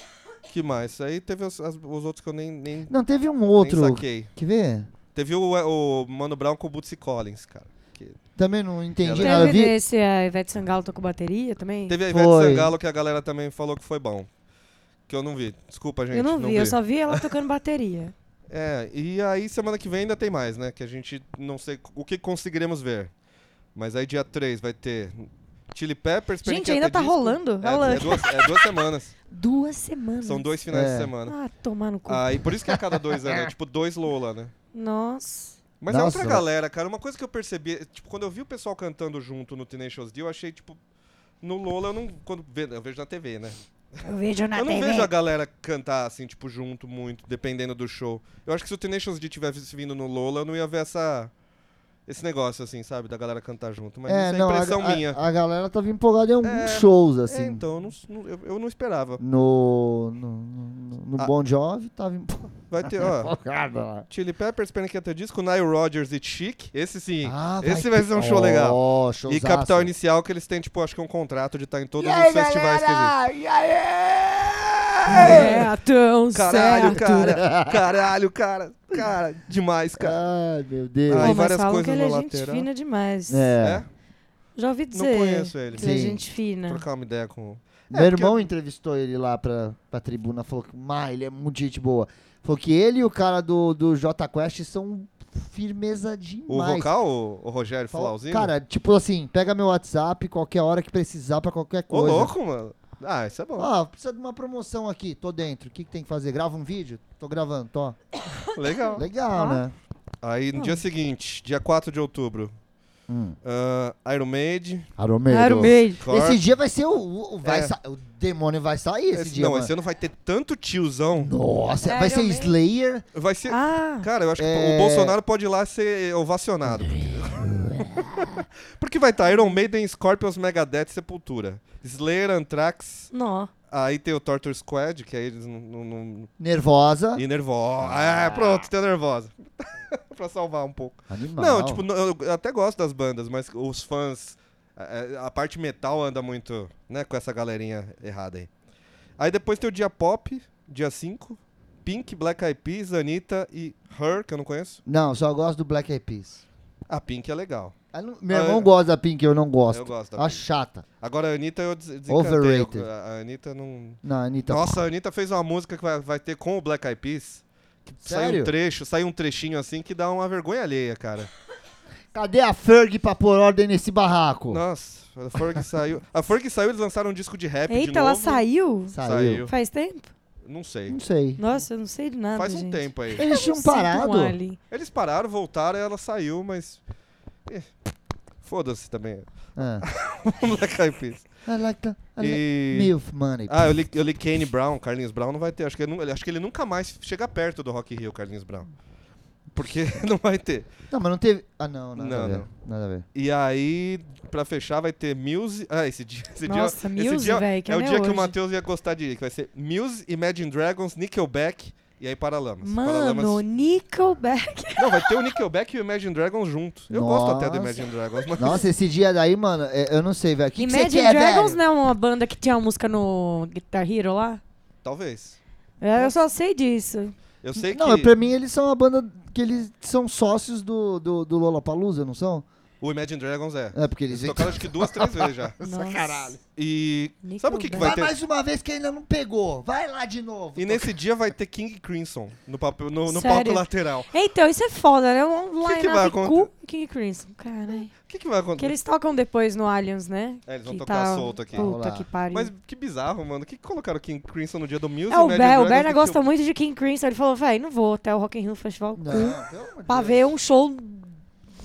[SPEAKER 2] que mais? Aí teve os, as- os outros que eu nem, nem,
[SPEAKER 3] Não, teve um
[SPEAKER 2] nem
[SPEAKER 3] outro.
[SPEAKER 2] saquei.
[SPEAKER 3] Quer ver?
[SPEAKER 2] Teve o, o Mano Brown com o Bootsy Collins, cara. que-
[SPEAKER 3] Também não entendi nada.
[SPEAKER 4] Teve
[SPEAKER 3] Eu vi-
[SPEAKER 4] desse, a Ivete Sangalo tocou bateria também?
[SPEAKER 2] Teve a Ivete
[SPEAKER 3] Foi.
[SPEAKER 2] Sangalo, que a galera também falou que foi bom. Que eu não vi. Desculpa, gente.
[SPEAKER 4] eu não vi, eu só vi ela tocando bateria.
[SPEAKER 2] É, e aí semana que vem ainda tem mais, né? Que a gente não sei o que conseguiremos ver. Mas aí dia 3 vai ter Chili Peppers,
[SPEAKER 4] Gente,
[SPEAKER 2] Panic!
[SPEAKER 4] ainda
[SPEAKER 2] At the
[SPEAKER 4] tá
[SPEAKER 2] Disco.
[SPEAKER 4] rolando?
[SPEAKER 2] É,
[SPEAKER 4] Rolando.
[SPEAKER 2] é duas, é duas semanas.
[SPEAKER 4] Duas semanas.
[SPEAKER 2] São dois finais
[SPEAKER 3] É.
[SPEAKER 2] de semana.
[SPEAKER 4] Ah, tomar no cu.
[SPEAKER 2] Aí por isso que é a cada dois anos, é tipo dois Lola, né?
[SPEAKER 4] Nossa.
[SPEAKER 2] Mas é
[SPEAKER 3] Nossa.
[SPEAKER 2] outra galera, cara. Uma coisa que eu percebi, é, tipo, quando eu vi o pessoal cantando junto no Tenacious D, eu achei, tipo, no Lola, eu não. Quando ve- eu vejo na TV, né?
[SPEAKER 4] Eu vejo na
[SPEAKER 2] eu não vejo a galera cantar, assim, tipo, junto muito, dependendo do show. Eu acho que se o Tenacious D tivesse vindo no Lola, eu não ia ver essa. Esse negócio, assim, sabe? Da galera cantar junto. Mas isso é
[SPEAKER 3] não, a-
[SPEAKER 2] impressão
[SPEAKER 3] a,
[SPEAKER 2] minha.
[SPEAKER 3] A, galera tava empolgada em alguns
[SPEAKER 2] É,
[SPEAKER 3] shows, assim.
[SPEAKER 2] É, então, eu não, s- não- eu, eu não esperava.
[SPEAKER 3] No, no, no, no
[SPEAKER 2] Ah.
[SPEAKER 3] Bon Jovi tava empolgada
[SPEAKER 2] Vai ter, ó.
[SPEAKER 3] lá.
[SPEAKER 2] Chili Peppers, Panic! At the Disco, Nile Rodgers e Chic. Esse sim.
[SPEAKER 3] Ah,
[SPEAKER 2] Esse vai ser um show legal.
[SPEAKER 3] Ó,
[SPEAKER 2] E
[SPEAKER 3] showzaço.
[SPEAKER 2] Capital Inicial, que eles têm, tipo, acho que é um contrato de estar em todos os festivais que existem.
[SPEAKER 3] E aí?
[SPEAKER 4] É, tão
[SPEAKER 2] Caralho,
[SPEAKER 4] certo.
[SPEAKER 2] cara. Caralho, cara. Cara, demais, cara.
[SPEAKER 3] Ai, meu Deus.
[SPEAKER 2] Ai,
[SPEAKER 4] Pô, mas
[SPEAKER 2] várias
[SPEAKER 4] falam
[SPEAKER 2] coisas
[SPEAKER 4] que ele é
[SPEAKER 2] no
[SPEAKER 4] gente
[SPEAKER 2] lateral.
[SPEAKER 4] fina demais.
[SPEAKER 2] É?
[SPEAKER 3] É.
[SPEAKER 4] Já ouvi
[SPEAKER 2] Não
[SPEAKER 4] dizer.
[SPEAKER 2] conheço ele.
[SPEAKER 4] Que ele é
[SPEAKER 3] Sim.
[SPEAKER 4] gente fina.
[SPEAKER 2] Trocar uma ideia com.
[SPEAKER 3] Meu irmão entrevistou ele lá pra, pra tribuna, falou que, "Má, ele é muito gente boa. Falou que ele e o cara do, do J Quest são firmeza demais.
[SPEAKER 2] O vocal, o, o Rogério
[SPEAKER 3] Falou,
[SPEAKER 2] Flauzinho?
[SPEAKER 3] Cara, tipo assim, pega meu WhatsApp qualquer hora que precisar pra qualquer
[SPEAKER 2] Ô,
[SPEAKER 3] coisa.
[SPEAKER 2] louco, mano. Ah, isso é bom.
[SPEAKER 3] Ó, precisa de uma promoção aqui, tô dentro. O que, que tem que fazer? Grava um vídeo? Tô gravando, tô. Ah.
[SPEAKER 2] Legal.
[SPEAKER 3] Legal, né?
[SPEAKER 2] Aí no dia seguinte, dia 4 de outubro.
[SPEAKER 3] Hum.
[SPEAKER 2] ah, Iron Maid.
[SPEAKER 3] Aromeiro.
[SPEAKER 4] Iron Maiden.
[SPEAKER 2] Korn.
[SPEAKER 3] Esse dia vai ser o. o, o- vai
[SPEAKER 2] É.
[SPEAKER 3] sa- o demônio vai sair esse,
[SPEAKER 2] Esse-
[SPEAKER 3] dia.
[SPEAKER 2] não,
[SPEAKER 3] mano.
[SPEAKER 2] esse ano vai ter tanto tiozão.
[SPEAKER 3] Nossa,
[SPEAKER 4] É,
[SPEAKER 3] vai ser
[SPEAKER 4] Iron Maiden.
[SPEAKER 3] Slayer.
[SPEAKER 2] Vai ser.
[SPEAKER 4] Ah,
[SPEAKER 2] Cara, eu acho que
[SPEAKER 3] É.
[SPEAKER 2] o Bolsonaro pode ir lá ser ovacionado. Porque vai estar Iron Maiden, Scorpions, Megadeth, Sepultura. Slayer, Anthrax,
[SPEAKER 4] não.
[SPEAKER 2] aí tem o Torture Squad, que aí eles não... não- não-
[SPEAKER 3] Nervosa.
[SPEAKER 2] E nervosa. É, pronto, tem a nervosa. pra salvar um pouco.
[SPEAKER 3] Animal.
[SPEAKER 2] Não, tipo, não, eu até gosto das bandas, mas os fãs... é, A parte metal anda muito, né, com essa galerinha errada aí. Aí depois tem o Dia Pop, dia 5. Pink, Black Eyed Peas, Anitta e Her, que eu não conheço.
[SPEAKER 3] Não, só gosto do Black Eyed Peas.
[SPEAKER 2] A Pink é legal.
[SPEAKER 3] Ah, não- Meu
[SPEAKER 2] Ah,
[SPEAKER 3] irmão
[SPEAKER 2] eu-
[SPEAKER 3] gosta da Pink, eu não gosto.
[SPEAKER 2] Eu gosto da
[SPEAKER 3] Acho
[SPEAKER 2] Pink.
[SPEAKER 3] chata.
[SPEAKER 2] Agora a Anitta eu des- desencantei.
[SPEAKER 3] Overrated. Então.
[SPEAKER 2] Eu- a a Anitta não.
[SPEAKER 3] Não, Anitta.
[SPEAKER 2] Nossa, a Anitta fez uma música que vai, vai ter com o Black Eyed Peas. Que sai
[SPEAKER 3] Sério?
[SPEAKER 2] um trecho, sai um trechinho assim que dá uma vergonha alheia, cara.
[SPEAKER 3] Cadê a Ferg pra pôr ordem nesse barraco?
[SPEAKER 2] Nossa, a Ferg saiu. A Ferg saiu, eles lançaram um disco de rap de
[SPEAKER 4] Eita,
[SPEAKER 2] novo.
[SPEAKER 4] ela saiu?
[SPEAKER 2] Saiu.
[SPEAKER 4] Faz tempo?
[SPEAKER 2] Não sei.
[SPEAKER 3] Não sei.
[SPEAKER 4] Nossa, eu não sei de nada,
[SPEAKER 2] Faz um
[SPEAKER 4] gente.
[SPEAKER 2] tempo aí.
[SPEAKER 3] Eles tinham
[SPEAKER 4] Sinto um
[SPEAKER 3] parado.
[SPEAKER 4] alien.
[SPEAKER 2] Eles pararam, voltaram, ela saiu, mas. Ih, Foda-se também.
[SPEAKER 3] Ah.
[SPEAKER 2] o Black Eyed Peas.
[SPEAKER 3] I like the, I like
[SPEAKER 2] E.
[SPEAKER 3] Milf Money.
[SPEAKER 2] Ah, eu li, eu li Kane Brown, Carlinhos Brown não vai ter. Acho que, ele, nu- acho que ele nunca mais chega perto do Rock in Rio, Carlinhos Brown. Porque não vai ter.
[SPEAKER 3] Não, mas não teve. Ah, não, nada
[SPEAKER 2] Não,
[SPEAKER 3] a ver.
[SPEAKER 2] não.
[SPEAKER 3] Nada a ver.
[SPEAKER 2] E aí, pra fechar, vai ter Muse. Ah, esse dia. Esse
[SPEAKER 4] Nossa,
[SPEAKER 2] dia,
[SPEAKER 4] Muse,
[SPEAKER 2] esse dia
[SPEAKER 4] véi, que
[SPEAKER 2] É o
[SPEAKER 4] não é
[SPEAKER 2] dia que o
[SPEAKER 4] hoje.
[SPEAKER 2] Matheus ia gostar de ir, que vai ser Muse, Imagine Dragons, Nickelback e aí Paralamas.
[SPEAKER 4] Mano,
[SPEAKER 2] Paralamas.
[SPEAKER 4] Nickelback.
[SPEAKER 2] Não, vai ter o Nickelback e o Imagine Dragons junto. Eu gosto até do
[SPEAKER 3] Nossa.
[SPEAKER 2] Imagine Dragons, mas.
[SPEAKER 3] Noessa, esse dia daí, mano, é- eu não sei, velho. O que que você
[SPEAKER 4] Imagine
[SPEAKER 3] quer,
[SPEAKER 4] Dragons
[SPEAKER 3] velho?
[SPEAKER 4] não é uma banda que tinha uma música no Guitar Hero lá?
[SPEAKER 2] Talvez.
[SPEAKER 4] É, Eu só sei disso.
[SPEAKER 2] Eu sei
[SPEAKER 3] Não,
[SPEAKER 2] que
[SPEAKER 3] pra mim eles são a banda que eles são sócios do, do, do Lollapalooza, não são?
[SPEAKER 2] o Imagine Dragons é.
[SPEAKER 3] É, porque eles...
[SPEAKER 2] Eles tocaram acho que duas, três vezes já.
[SPEAKER 4] Nossa. caralho.
[SPEAKER 2] E. Sabe o que, que vai
[SPEAKER 4] Nickelback.
[SPEAKER 2] ter?
[SPEAKER 3] uma vez que ainda não pegou. Vai lá de novo.
[SPEAKER 2] E nesse dia vai ter King Crimson no, papel, no, no
[SPEAKER 4] Sério?
[SPEAKER 2] palco lateral.
[SPEAKER 4] Então, isso é foda, né? Um
[SPEAKER 2] que
[SPEAKER 4] line-up
[SPEAKER 2] vai
[SPEAKER 4] cool. King Crimson, caralho.
[SPEAKER 2] O que, que vai
[SPEAKER 4] Que
[SPEAKER 2] acontecer?
[SPEAKER 4] eles tocam depois no Aliens, né?
[SPEAKER 2] É, eles vão
[SPEAKER 4] Que
[SPEAKER 2] tocar
[SPEAKER 4] tá-
[SPEAKER 2] solto aqui.
[SPEAKER 4] Puta
[SPEAKER 3] Olá.
[SPEAKER 4] que pariu.
[SPEAKER 2] Mas assim, né, que bizarro, mano. O que, que colocaram King Crimson no dia do Music?
[SPEAKER 4] É, o, Ber, o Berna
[SPEAKER 2] um
[SPEAKER 4] gosta muito de King Crimson. Ele falou, véi, não vou até o Rock in Rio Festival
[SPEAKER 3] Não,
[SPEAKER 4] cu,
[SPEAKER 3] pelo amor de
[SPEAKER 4] pra
[SPEAKER 3] Deus.
[SPEAKER 4] ver um show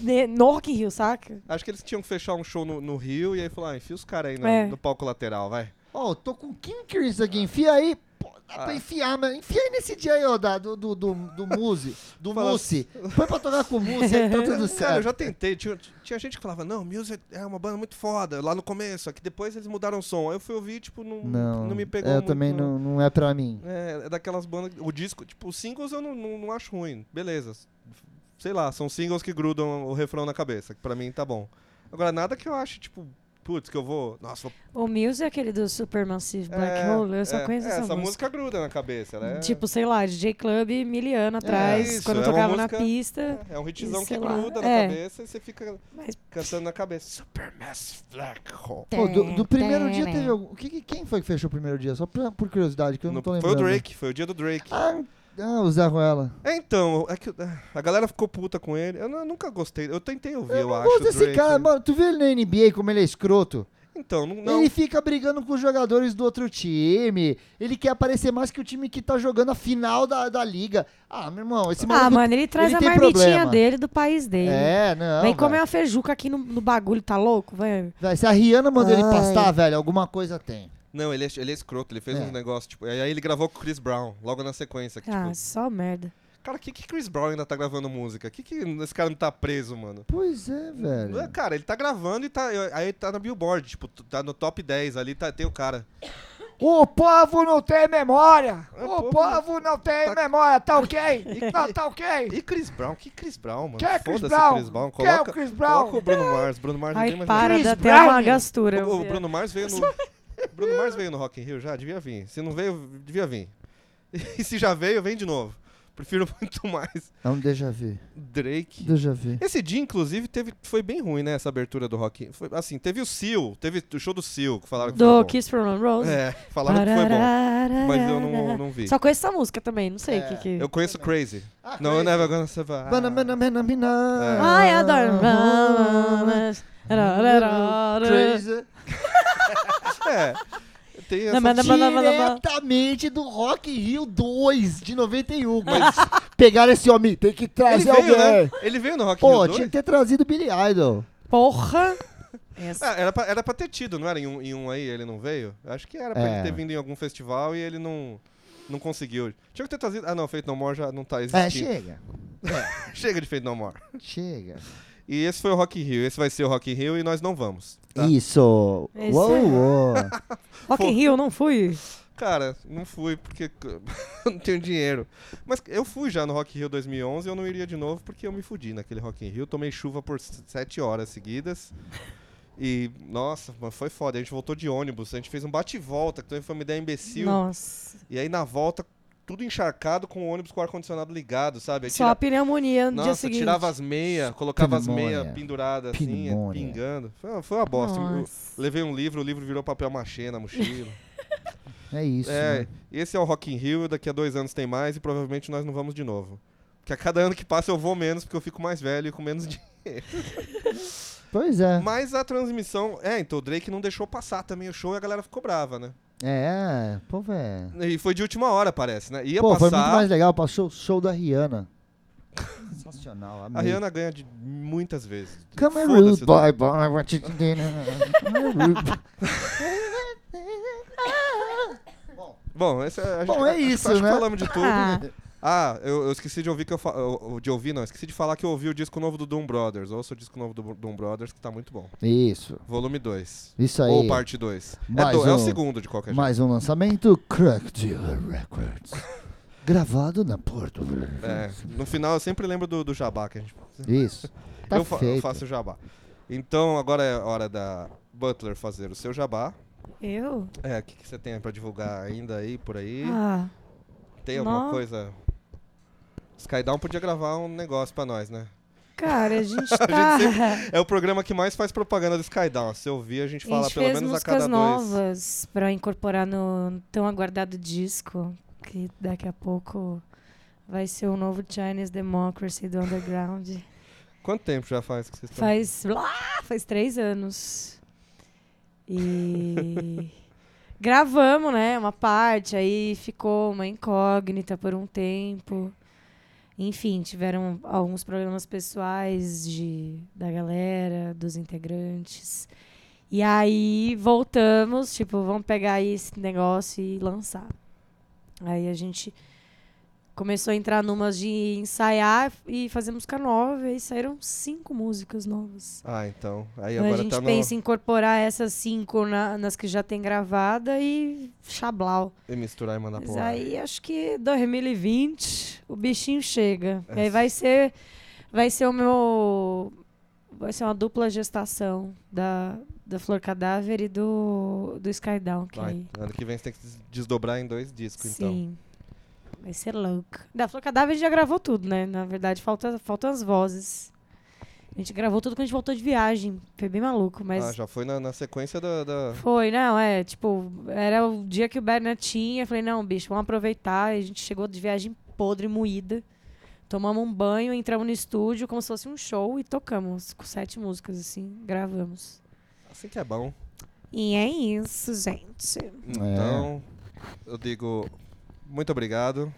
[SPEAKER 4] ne- no Rock in Rio, saca?
[SPEAKER 2] Acho que eles tinham que fechar um show no, no Rio e aí falar, ah, enfia os caras aí no,
[SPEAKER 4] É.
[SPEAKER 2] no palco lateral, vai.
[SPEAKER 3] Ó, eu tô com King Crimson aqui, enfia aí. Pô, dá
[SPEAKER 2] Ah.
[SPEAKER 3] pra enfiar, mas enfia aí nesse dia aí, ó, da- do, do, do, do Muse, do
[SPEAKER 2] Fala-
[SPEAKER 3] Muse. Põe pra tocar com o Muse aí que tá tudo certo.
[SPEAKER 2] Cara, eu já tentei. Tinha, tinha gente que falava, não, Muse é uma banda muito foda, lá no começo. Aqui depois eles mudaram o som. Aí eu fui ouvir, tipo, não, não,
[SPEAKER 3] Não, É,
[SPEAKER 2] me pegou
[SPEAKER 3] eu
[SPEAKER 2] muito, né?
[SPEAKER 3] também não, não é pra mim.
[SPEAKER 2] É, é daquelas bandas. O disco, tipo, os singles eu não, não, não acho ruim. Beleza. Sei lá, são singles que grudam o refrão na cabeça, que pra mim tá bom. Agora, nada que eu ache, tipo, putz, que eu vou. Nossa, vou.
[SPEAKER 4] O Muse é aquele do Supermassive Black
[SPEAKER 2] é,
[SPEAKER 4] Hole, eu só
[SPEAKER 2] é,
[SPEAKER 4] conheço
[SPEAKER 2] é,
[SPEAKER 4] essa, música.
[SPEAKER 2] música gruda na cabeça, né?
[SPEAKER 4] Tipo, sei lá, DJ Club, mil anos atrás,
[SPEAKER 2] isso,
[SPEAKER 4] quando
[SPEAKER 2] é
[SPEAKER 4] eu
[SPEAKER 2] uma
[SPEAKER 4] tocava
[SPEAKER 2] música-
[SPEAKER 4] na pista.
[SPEAKER 2] É um hitzão que
[SPEAKER 4] sei lá,
[SPEAKER 2] gruda na
[SPEAKER 4] é.
[SPEAKER 2] cabeça e você fica
[SPEAKER 4] Mas
[SPEAKER 2] cantando na cabeça. Supermassive Black Hole.
[SPEAKER 3] Pô, do, do primeiro dia teve algum. o Que, que- quem foi que fechou o primeiro dia? Só pra- por curiosidade, que eu não
[SPEAKER 2] No-
[SPEAKER 3] tô
[SPEAKER 2] foi o
[SPEAKER 3] lembrando.
[SPEAKER 2] Drake, foi o dia do Drake.
[SPEAKER 3] Ah, ah, o Zé Ruela.
[SPEAKER 2] É, então, é que ah, a galera ficou puta com ele. Eu, não- eu nunca gostei. Eu tentei ouvir, eu,
[SPEAKER 3] Eu, um não
[SPEAKER 2] acho.
[SPEAKER 3] gosto
[SPEAKER 2] o
[SPEAKER 3] desse
[SPEAKER 2] Drake.
[SPEAKER 3] cara, mano. Tu viu ele na NBA como ele é escroto?
[SPEAKER 2] Então, não. não.
[SPEAKER 3] Ele fica brigando com os jogadores do outro time. Ele quer aparecer mais que o time que tá jogando a final da, da liga. Ah, meu irmão, esse maluco.
[SPEAKER 4] Ah, mano, ele traz
[SPEAKER 3] ele
[SPEAKER 4] a
[SPEAKER 3] tem
[SPEAKER 4] marmitinha
[SPEAKER 3] problema.
[SPEAKER 4] dele do país dele.
[SPEAKER 3] É, não.
[SPEAKER 4] Vem
[SPEAKER 3] velho.
[SPEAKER 4] comer uma feijuca aqui no, no bagulho, tá louco? Vai.
[SPEAKER 3] Vai, se a Rihanna mandou ele
[SPEAKER 4] Ai.
[SPEAKER 3] pastar, velho, alguma coisa tem.
[SPEAKER 2] Não, ele é, ele é escroto, ele fez
[SPEAKER 3] É.
[SPEAKER 2] uns negócios, tipo. Aí ele gravou com o Chris Brown, logo na sequência. que,
[SPEAKER 4] Ah,
[SPEAKER 2] tipo,
[SPEAKER 4] só merda.
[SPEAKER 2] cara, que, que Chris Brown ainda tá gravando música? Que que esse cara não tá preso, mano?
[SPEAKER 3] Pois é, velho.
[SPEAKER 2] Não é, Cara, ele tá gravando e tá. Aí tá na Billboard, tipo, t- tá no top 10 ali, tá, tem o cara.
[SPEAKER 6] O povo não tem memória.
[SPEAKER 2] É,
[SPEAKER 6] o
[SPEAKER 2] povo-
[SPEAKER 6] povo não tem memória, tá ok? não, tá ok?
[SPEAKER 2] E Chris Brown? Que Chris Brown, mano?
[SPEAKER 6] Quem é Chris
[SPEAKER 2] Foda-se
[SPEAKER 6] Brown?
[SPEAKER 2] Chris Brown.
[SPEAKER 6] Quem é o
[SPEAKER 2] Coloca,
[SPEAKER 6] Chris Brown?
[SPEAKER 2] coloca o Bruno Mars. Bruno Mars ninguém
[SPEAKER 4] Ai,
[SPEAKER 2] mais
[SPEAKER 4] para,
[SPEAKER 6] Chris
[SPEAKER 4] dá até uma
[SPEAKER 6] Brown.
[SPEAKER 4] gastura.
[SPEAKER 2] O, o
[SPEAKER 4] ouvir.
[SPEAKER 2] Bruno Mars veio no. o Bruno Mars veio no Rock in Rio já? Devia vir. Se não veio, devia vir. E se já veio, vem de novo. Prefiro muito mais
[SPEAKER 3] É um déjà vu.
[SPEAKER 2] Drake.
[SPEAKER 3] Déjà vu.
[SPEAKER 2] Esse dia, inclusive, teve, foi bem ruim, né? Essa abertura do Rock in Foi, assim, teve o Seal, teve o show do Seal, que falaram que foi
[SPEAKER 4] Do
[SPEAKER 2] bom.
[SPEAKER 4] Kiss from a Rose.
[SPEAKER 2] É, falaram que foi bom. Mas eu não, não vi. É,
[SPEAKER 4] Só conheço essa música também, não sei o que que...
[SPEAKER 2] Eu conheço Crazy.
[SPEAKER 3] Ah,
[SPEAKER 2] No,
[SPEAKER 3] Crazy.
[SPEAKER 2] never gonna survive.
[SPEAKER 3] Mana, mana, mana, mina.
[SPEAKER 4] Ai, eu adoro.
[SPEAKER 3] Crazy.
[SPEAKER 2] É. Tem essa...
[SPEAKER 4] Não, mas- Mana, mana, mana, mana.
[SPEAKER 3] Diretamente do Rock in Rio 2 de 91. Mas pegaram esse homem, tem que
[SPEAKER 2] Ele
[SPEAKER 3] trazer
[SPEAKER 2] veio,
[SPEAKER 3] é alguém.
[SPEAKER 2] né? Ele veio no Rock in
[SPEAKER 3] Pô,
[SPEAKER 2] Rio
[SPEAKER 3] tinha que
[SPEAKER 2] 2?
[SPEAKER 3] ter trazido Billy Idol.
[SPEAKER 4] Porra! Essa.
[SPEAKER 2] Ah, era, pra, era pra ter tido, não era em um, em um aí, ele não veio? Acho que era pra ele
[SPEAKER 3] É.
[SPEAKER 2] ter vindo em algum festival e ele não, não conseguiu. Tinha que ter trazido... Ah, não, Feito No More já não tá
[SPEAKER 3] É,
[SPEAKER 2] existindo.
[SPEAKER 3] chega.
[SPEAKER 2] Chega de Feito No More.
[SPEAKER 3] Chega.
[SPEAKER 2] E esse foi o Rock in Rio. Esse vai ser o Rock in Rio e nós não vamos. tá?
[SPEAKER 3] Isso.
[SPEAKER 4] É isso
[SPEAKER 3] Uou,
[SPEAKER 4] aí.
[SPEAKER 3] uou.
[SPEAKER 4] Rock in Rio, não fui.
[SPEAKER 2] Cara, não fui porque eu não tenho dinheiro. Mas eu fui já no Rock in Rio 2011 e eu não iria de novo porque eu me fudi naquele Rock in Rio. Tomei chuva por s- sete horas seguidas. E, nossa, mano, foi foda. A gente voltou de ônibus, a gente fez um bate-volta, que também foi uma ideia imbecil.
[SPEAKER 4] Nossa.
[SPEAKER 2] E aí, na volta, tudo encharcado com o ônibus com o ar-condicionado ligado, sabe? Aí
[SPEAKER 4] Só a pneumonia no dia
[SPEAKER 2] Nossa,
[SPEAKER 4] seguinte.
[SPEAKER 2] tirava as meias, colocava as
[SPEAKER 3] Pneumonia.
[SPEAKER 2] meias penduradas assim, é,
[SPEAKER 3] Pneumonia.
[SPEAKER 2] pingando. Foi, foi uma bosta. Eu
[SPEAKER 4] Nossa.
[SPEAKER 2] levei um livro, o livro virou papel machê na mochila.
[SPEAKER 3] É isso.
[SPEAKER 2] É,
[SPEAKER 3] né?
[SPEAKER 2] esse é o Rock in Rio, daqui a dois anos tem mais e provavelmente nós não vamos de novo. Porque a cada ano que passa eu vou menos, porque eu fico mais velho e com menos dinheiro.
[SPEAKER 3] Pois é.
[SPEAKER 2] Mas a transmissão... É, então o Drake não deixou passar também o show e a galera ficou brava, né?
[SPEAKER 3] É, pô, velho.
[SPEAKER 2] E foi de última hora, parece, né? Ia
[SPEAKER 3] Pô, foi muito
[SPEAKER 2] passar...
[SPEAKER 3] mais legal. Passou o show da Rihanna. Sensacional, amei.
[SPEAKER 2] A Rihanna ganha de muitas vezes.
[SPEAKER 3] Come here,
[SPEAKER 2] Foda-se, né?
[SPEAKER 3] rude boy, boy, I want you to dinner. Come here, rude boy.
[SPEAKER 2] Bom, essa, a gente,
[SPEAKER 3] Bom, é
[SPEAKER 2] acho-
[SPEAKER 3] isso,
[SPEAKER 2] acho
[SPEAKER 3] né?
[SPEAKER 2] que falamos de tudo.
[SPEAKER 4] Ah,
[SPEAKER 2] Ah, eu, eu esqueci de ouvir que eu fa... eu- de ouvir, não, esqueci de falar que eu ouvi o disco novo do Doom Brothers. Ouça o disco novo do Doom Brothers que tá muito bom.
[SPEAKER 3] Isso,
[SPEAKER 2] Volume 2.
[SPEAKER 3] isso aí.
[SPEAKER 2] Ou parte 2. É,
[SPEAKER 3] Mais
[SPEAKER 2] do- é o
[SPEAKER 3] um.
[SPEAKER 2] segundo de qualquer jeito.
[SPEAKER 3] Mais um lançamento, Crack Dealer Records. Gravado na Porto.
[SPEAKER 2] É, no final eu sempre lembro do, do jabá que a gente.
[SPEAKER 3] Isso. um. Tá
[SPEAKER 2] É. eu, fa- eu
[SPEAKER 3] feito.
[SPEAKER 2] faço jabá. Então agora é hora da Butler fazer o seu jabá.
[SPEAKER 4] eu?
[SPEAKER 2] É, o que, que você tem pra divulgar ainda aí por aí?
[SPEAKER 4] Ah,
[SPEAKER 2] tem alguma
[SPEAKER 4] nó.
[SPEAKER 2] coisa? Skydown podia gravar um negócio pra nós, né?
[SPEAKER 4] cara, a gente tá...
[SPEAKER 2] É o programa que mais faz propaganda do Skydown. Se eu ouvir, a gente
[SPEAKER 4] a
[SPEAKER 2] fala
[SPEAKER 4] gente
[SPEAKER 2] pelo
[SPEAKER 4] fez
[SPEAKER 2] menos a
[SPEAKER 4] músicas
[SPEAKER 2] cada dois.
[SPEAKER 4] novas pra incorporar no tão aguardado disco, que daqui a pouco vai ser o novo Chinese Democracy do Underground.
[SPEAKER 2] Quanto tempo já faz que vocês estão?
[SPEAKER 4] Faz. lá, faz três anos. E. Gravamos, né? Uma parte, aí ficou uma incógnita por um tempo. Enfim, tiveram alguns problemas pessoais de, da galera, dos integrantes. E aí voltamos, tipo, vamos pegar aí esse negócio e lançar. Aí a gente começou a entrar numas de ensaiar e fazer música nova, e saíram cinco músicas novas.
[SPEAKER 2] Ah, então. Aí
[SPEAKER 4] Então, a
[SPEAKER 2] agora
[SPEAKER 4] gente
[SPEAKER 2] tá no
[SPEAKER 4] pensa em incorporar essas cinco na- nas que já tem gravada e chablau.
[SPEAKER 2] e misturar e mandar
[SPEAKER 4] Mas
[SPEAKER 2] pro ar.
[SPEAKER 4] aí acho que 2020 o bichinho chega.
[SPEAKER 2] É.
[SPEAKER 4] E aí vai ser vai ser o meu vai ser uma dupla gestação da, da Flor Cadáver e do do Skydown que
[SPEAKER 2] Vai,
[SPEAKER 4] aí-
[SPEAKER 2] ano que vem você tem que des- desdobrar em dois discos, então.
[SPEAKER 4] Sim. Vai ser louco. Da Flor Cadáver a gente já gravou tudo, né? Na verdade, falta, faltam as vozes. A gente gravou tudo quando a gente voltou de viagem. Foi bem maluco, mas
[SPEAKER 2] Ah, já foi na, na sequência da. da-
[SPEAKER 4] foi, não, é, tipo, era o dia que o Berna tinha, eu falei, não, bicho, vamos aproveitar. E a gente chegou de viagem podre, moída. Tomamos um banho, entramos no estúdio como se fosse um show e tocamos com sete músicas, assim, gravamos.
[SPEAKER 2] Assim que é bom.
[SPEAKER 4] E é isso, gente.
[SPEAKER 3] É.
[SPEAKER 2] Então, eu digo muito obrigado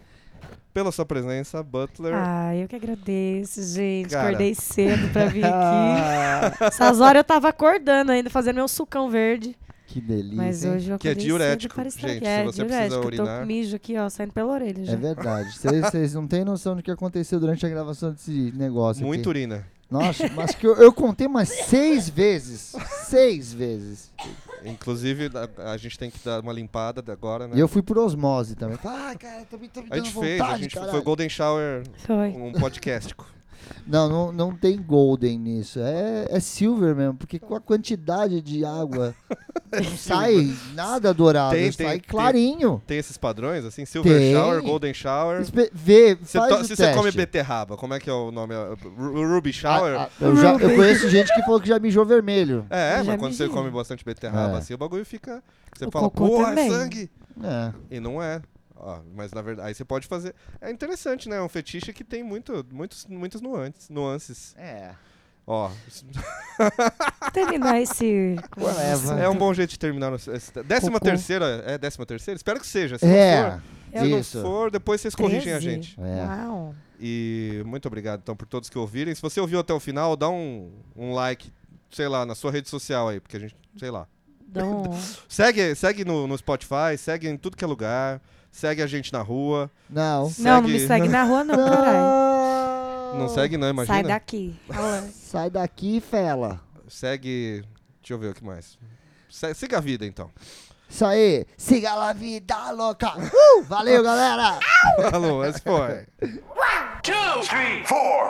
[SPEAKER 2] pela sua presença, Butler.
[SPEAKER 4] Ah, eu que agradeço, gente.
[SPEAKER 2] Cara.
[SPEAKER 4] Acordei cedo pra vir aqui.
[SPEAKER 3] Ah,
[SPEAKER 4] Essas horas eu tava acordando ainda, fazendo meu sucão verde.
[SPEAKER 3] que delícia.
[SPEAKER 4] Mas
[SPEAKER 3] hein?
[SPEAKER 4] hoje eu
[SPEAKER 2] Que é
[SPEAKER 4] acordei
[SPEAKER 2] diurético,
[SPEAKER 4] cedo para estar aqui.
[SPEAKER 2] gente, se
[SPEAKER 4] É,
[SPEAKER 2] você precisa
[SPEAKER 4] diurético. Eu tô
[SPEAKER 2] urinar.
[SPEAKER 4] com mijo aqui, ó, saindo pela orelha já.
[SPEAKER 3] É verdade. Vocês não têm noção do que aconteceu durante a gravação desse negócio. aqui.
[SPEAKER 2] muito urina.
[SPEAKER 3] Nossa, mas que eu, eu contei mais seis vezes. Seis vezes.
[SPEAKER 2] Inclusive, a, a gente tem que dar uma limpada da- agora, né?
[SPEAKER 3] E eu fui por osmose também. Ah, cara, tá me, tá me
[SPEAKER 2] a
[SPEAKER 3] dando
[SPEAKER 2] gente
[SPEAKER 3] vontade,
[SPEAKER 2] fez, a gente foi
[SPEAKER 3] caralho.
[SPEAKER 2] o Golden Shower,
[SPEAKER 4] Foi.
[SPEAKER 2] um podcastico.
[SPEAKER 3] Não, não, não tem golden nisso. É, é silver mesmo, porque com a quantidade de água não sai nada dourado,
[SPEAKER 2] É Tem, tem,
[SPEAKER 3] sai
[SPEAKER 2] tem.
[SPEAKER 3] clarinho.
[SPEAKER 2] Tem esses padrões, assim? Silver
[SPEAKER 3] Tem.
[SPEAKER 2] Shower, Golden Shower.
[SPEAKER 3] Espe- Vê,
[SPEAKER 2] Cê
[SPEAKER 3] faz
[SPEAKER 2] to-
[SPEAKER 3] o
[SPEAKER 2] se você
[SPEAKER 3] teste.
[SPEAKER 2] come beterraba, como é que é o nome? Ru- Ruby Shower?
[SPEAKER 3] Ah, ah, eu, já- eu conheço gente que falou que já mijou vermelho.
[SPEAKER 2] É,
[SPEAKER 4] Eu já
[SPEAKER 2] mas quando você
[SPEAKER 4] mijei.
[SPEAKER 2] come bastante beterraba
[SPEAKER 3] É.
[SPEAKER 2] assim, o bagulho fica. Você
[SPEAKER 4] O
[SPEAKER 2] fala,
[SPEAKER 4] cocô
[SPEAKER 2] porra, é
[SPEAKER 4] também.
[SPEAKER 2] sangue!
[SPEAKER 3] É.
[SPEAKER 2] E não é. Ó, mas na verdade, aí você pode fazer. É interessante, né? É um fetiche que tem muito, muitos, muitas nuances. nuances.
[SPEAKER 3] É.
[SPEAKER 2] Ó,
[SPEAKER 4] terminar esse.
[SPEAKER 3] Whatever.
[SPEAKER 2] é um bom jeito de terminar. esse- esse- Décima
[SPEAKER 4] Cocô.
[SPEAKER 2] terceira, é décima terceira? Espero que seja. Se não
[SPEAKER 3] É,
[SPEAKER 2] for,
[SPEAKER 4] Eu
[SPEAKER 2] se
[SPEAKER 4] não
[SPEAKER 3] isso.
[SPEAKER 2] não for, depois vocês corrigem a
[SPEAKER 4] 13.
[SPEAKER 2] gente.
[SPEAKER 3] É.
[SPEAKER 4] Uau.
[SPEAKER 2] E muito obrigado, então, por todos que ouvirem. Se você ouviu até o final, dá um, um like, sei lá, na sua rede social aí, porque a gente, sei lá.
[SPEAKER 4] Então,
[SPEAKER 2] Segue, segue no, no Spotify, segue em tudo que é lugar, segue a gente na rua.
[SPEAKER 3] Não.
[SPEAKER 4] não, não me segue na rua, não, caralho.
[SPEAKER 2] Não segue não, imagina.
[SPEAKER 4] Sai daqui. Fala.
[SPEAKER 3] Sai daqui, fela.
[SPEAKER 2] Segue, deixa eu ver o que mais. Se- Siga a vida, então.
[SPEAKER 3] Isso aí. Siga lá, vida louca. Uh, valeu, galera.
[SPEAKER 2] Falou, esse foi.
[SPEAKER 1] Two, three, four.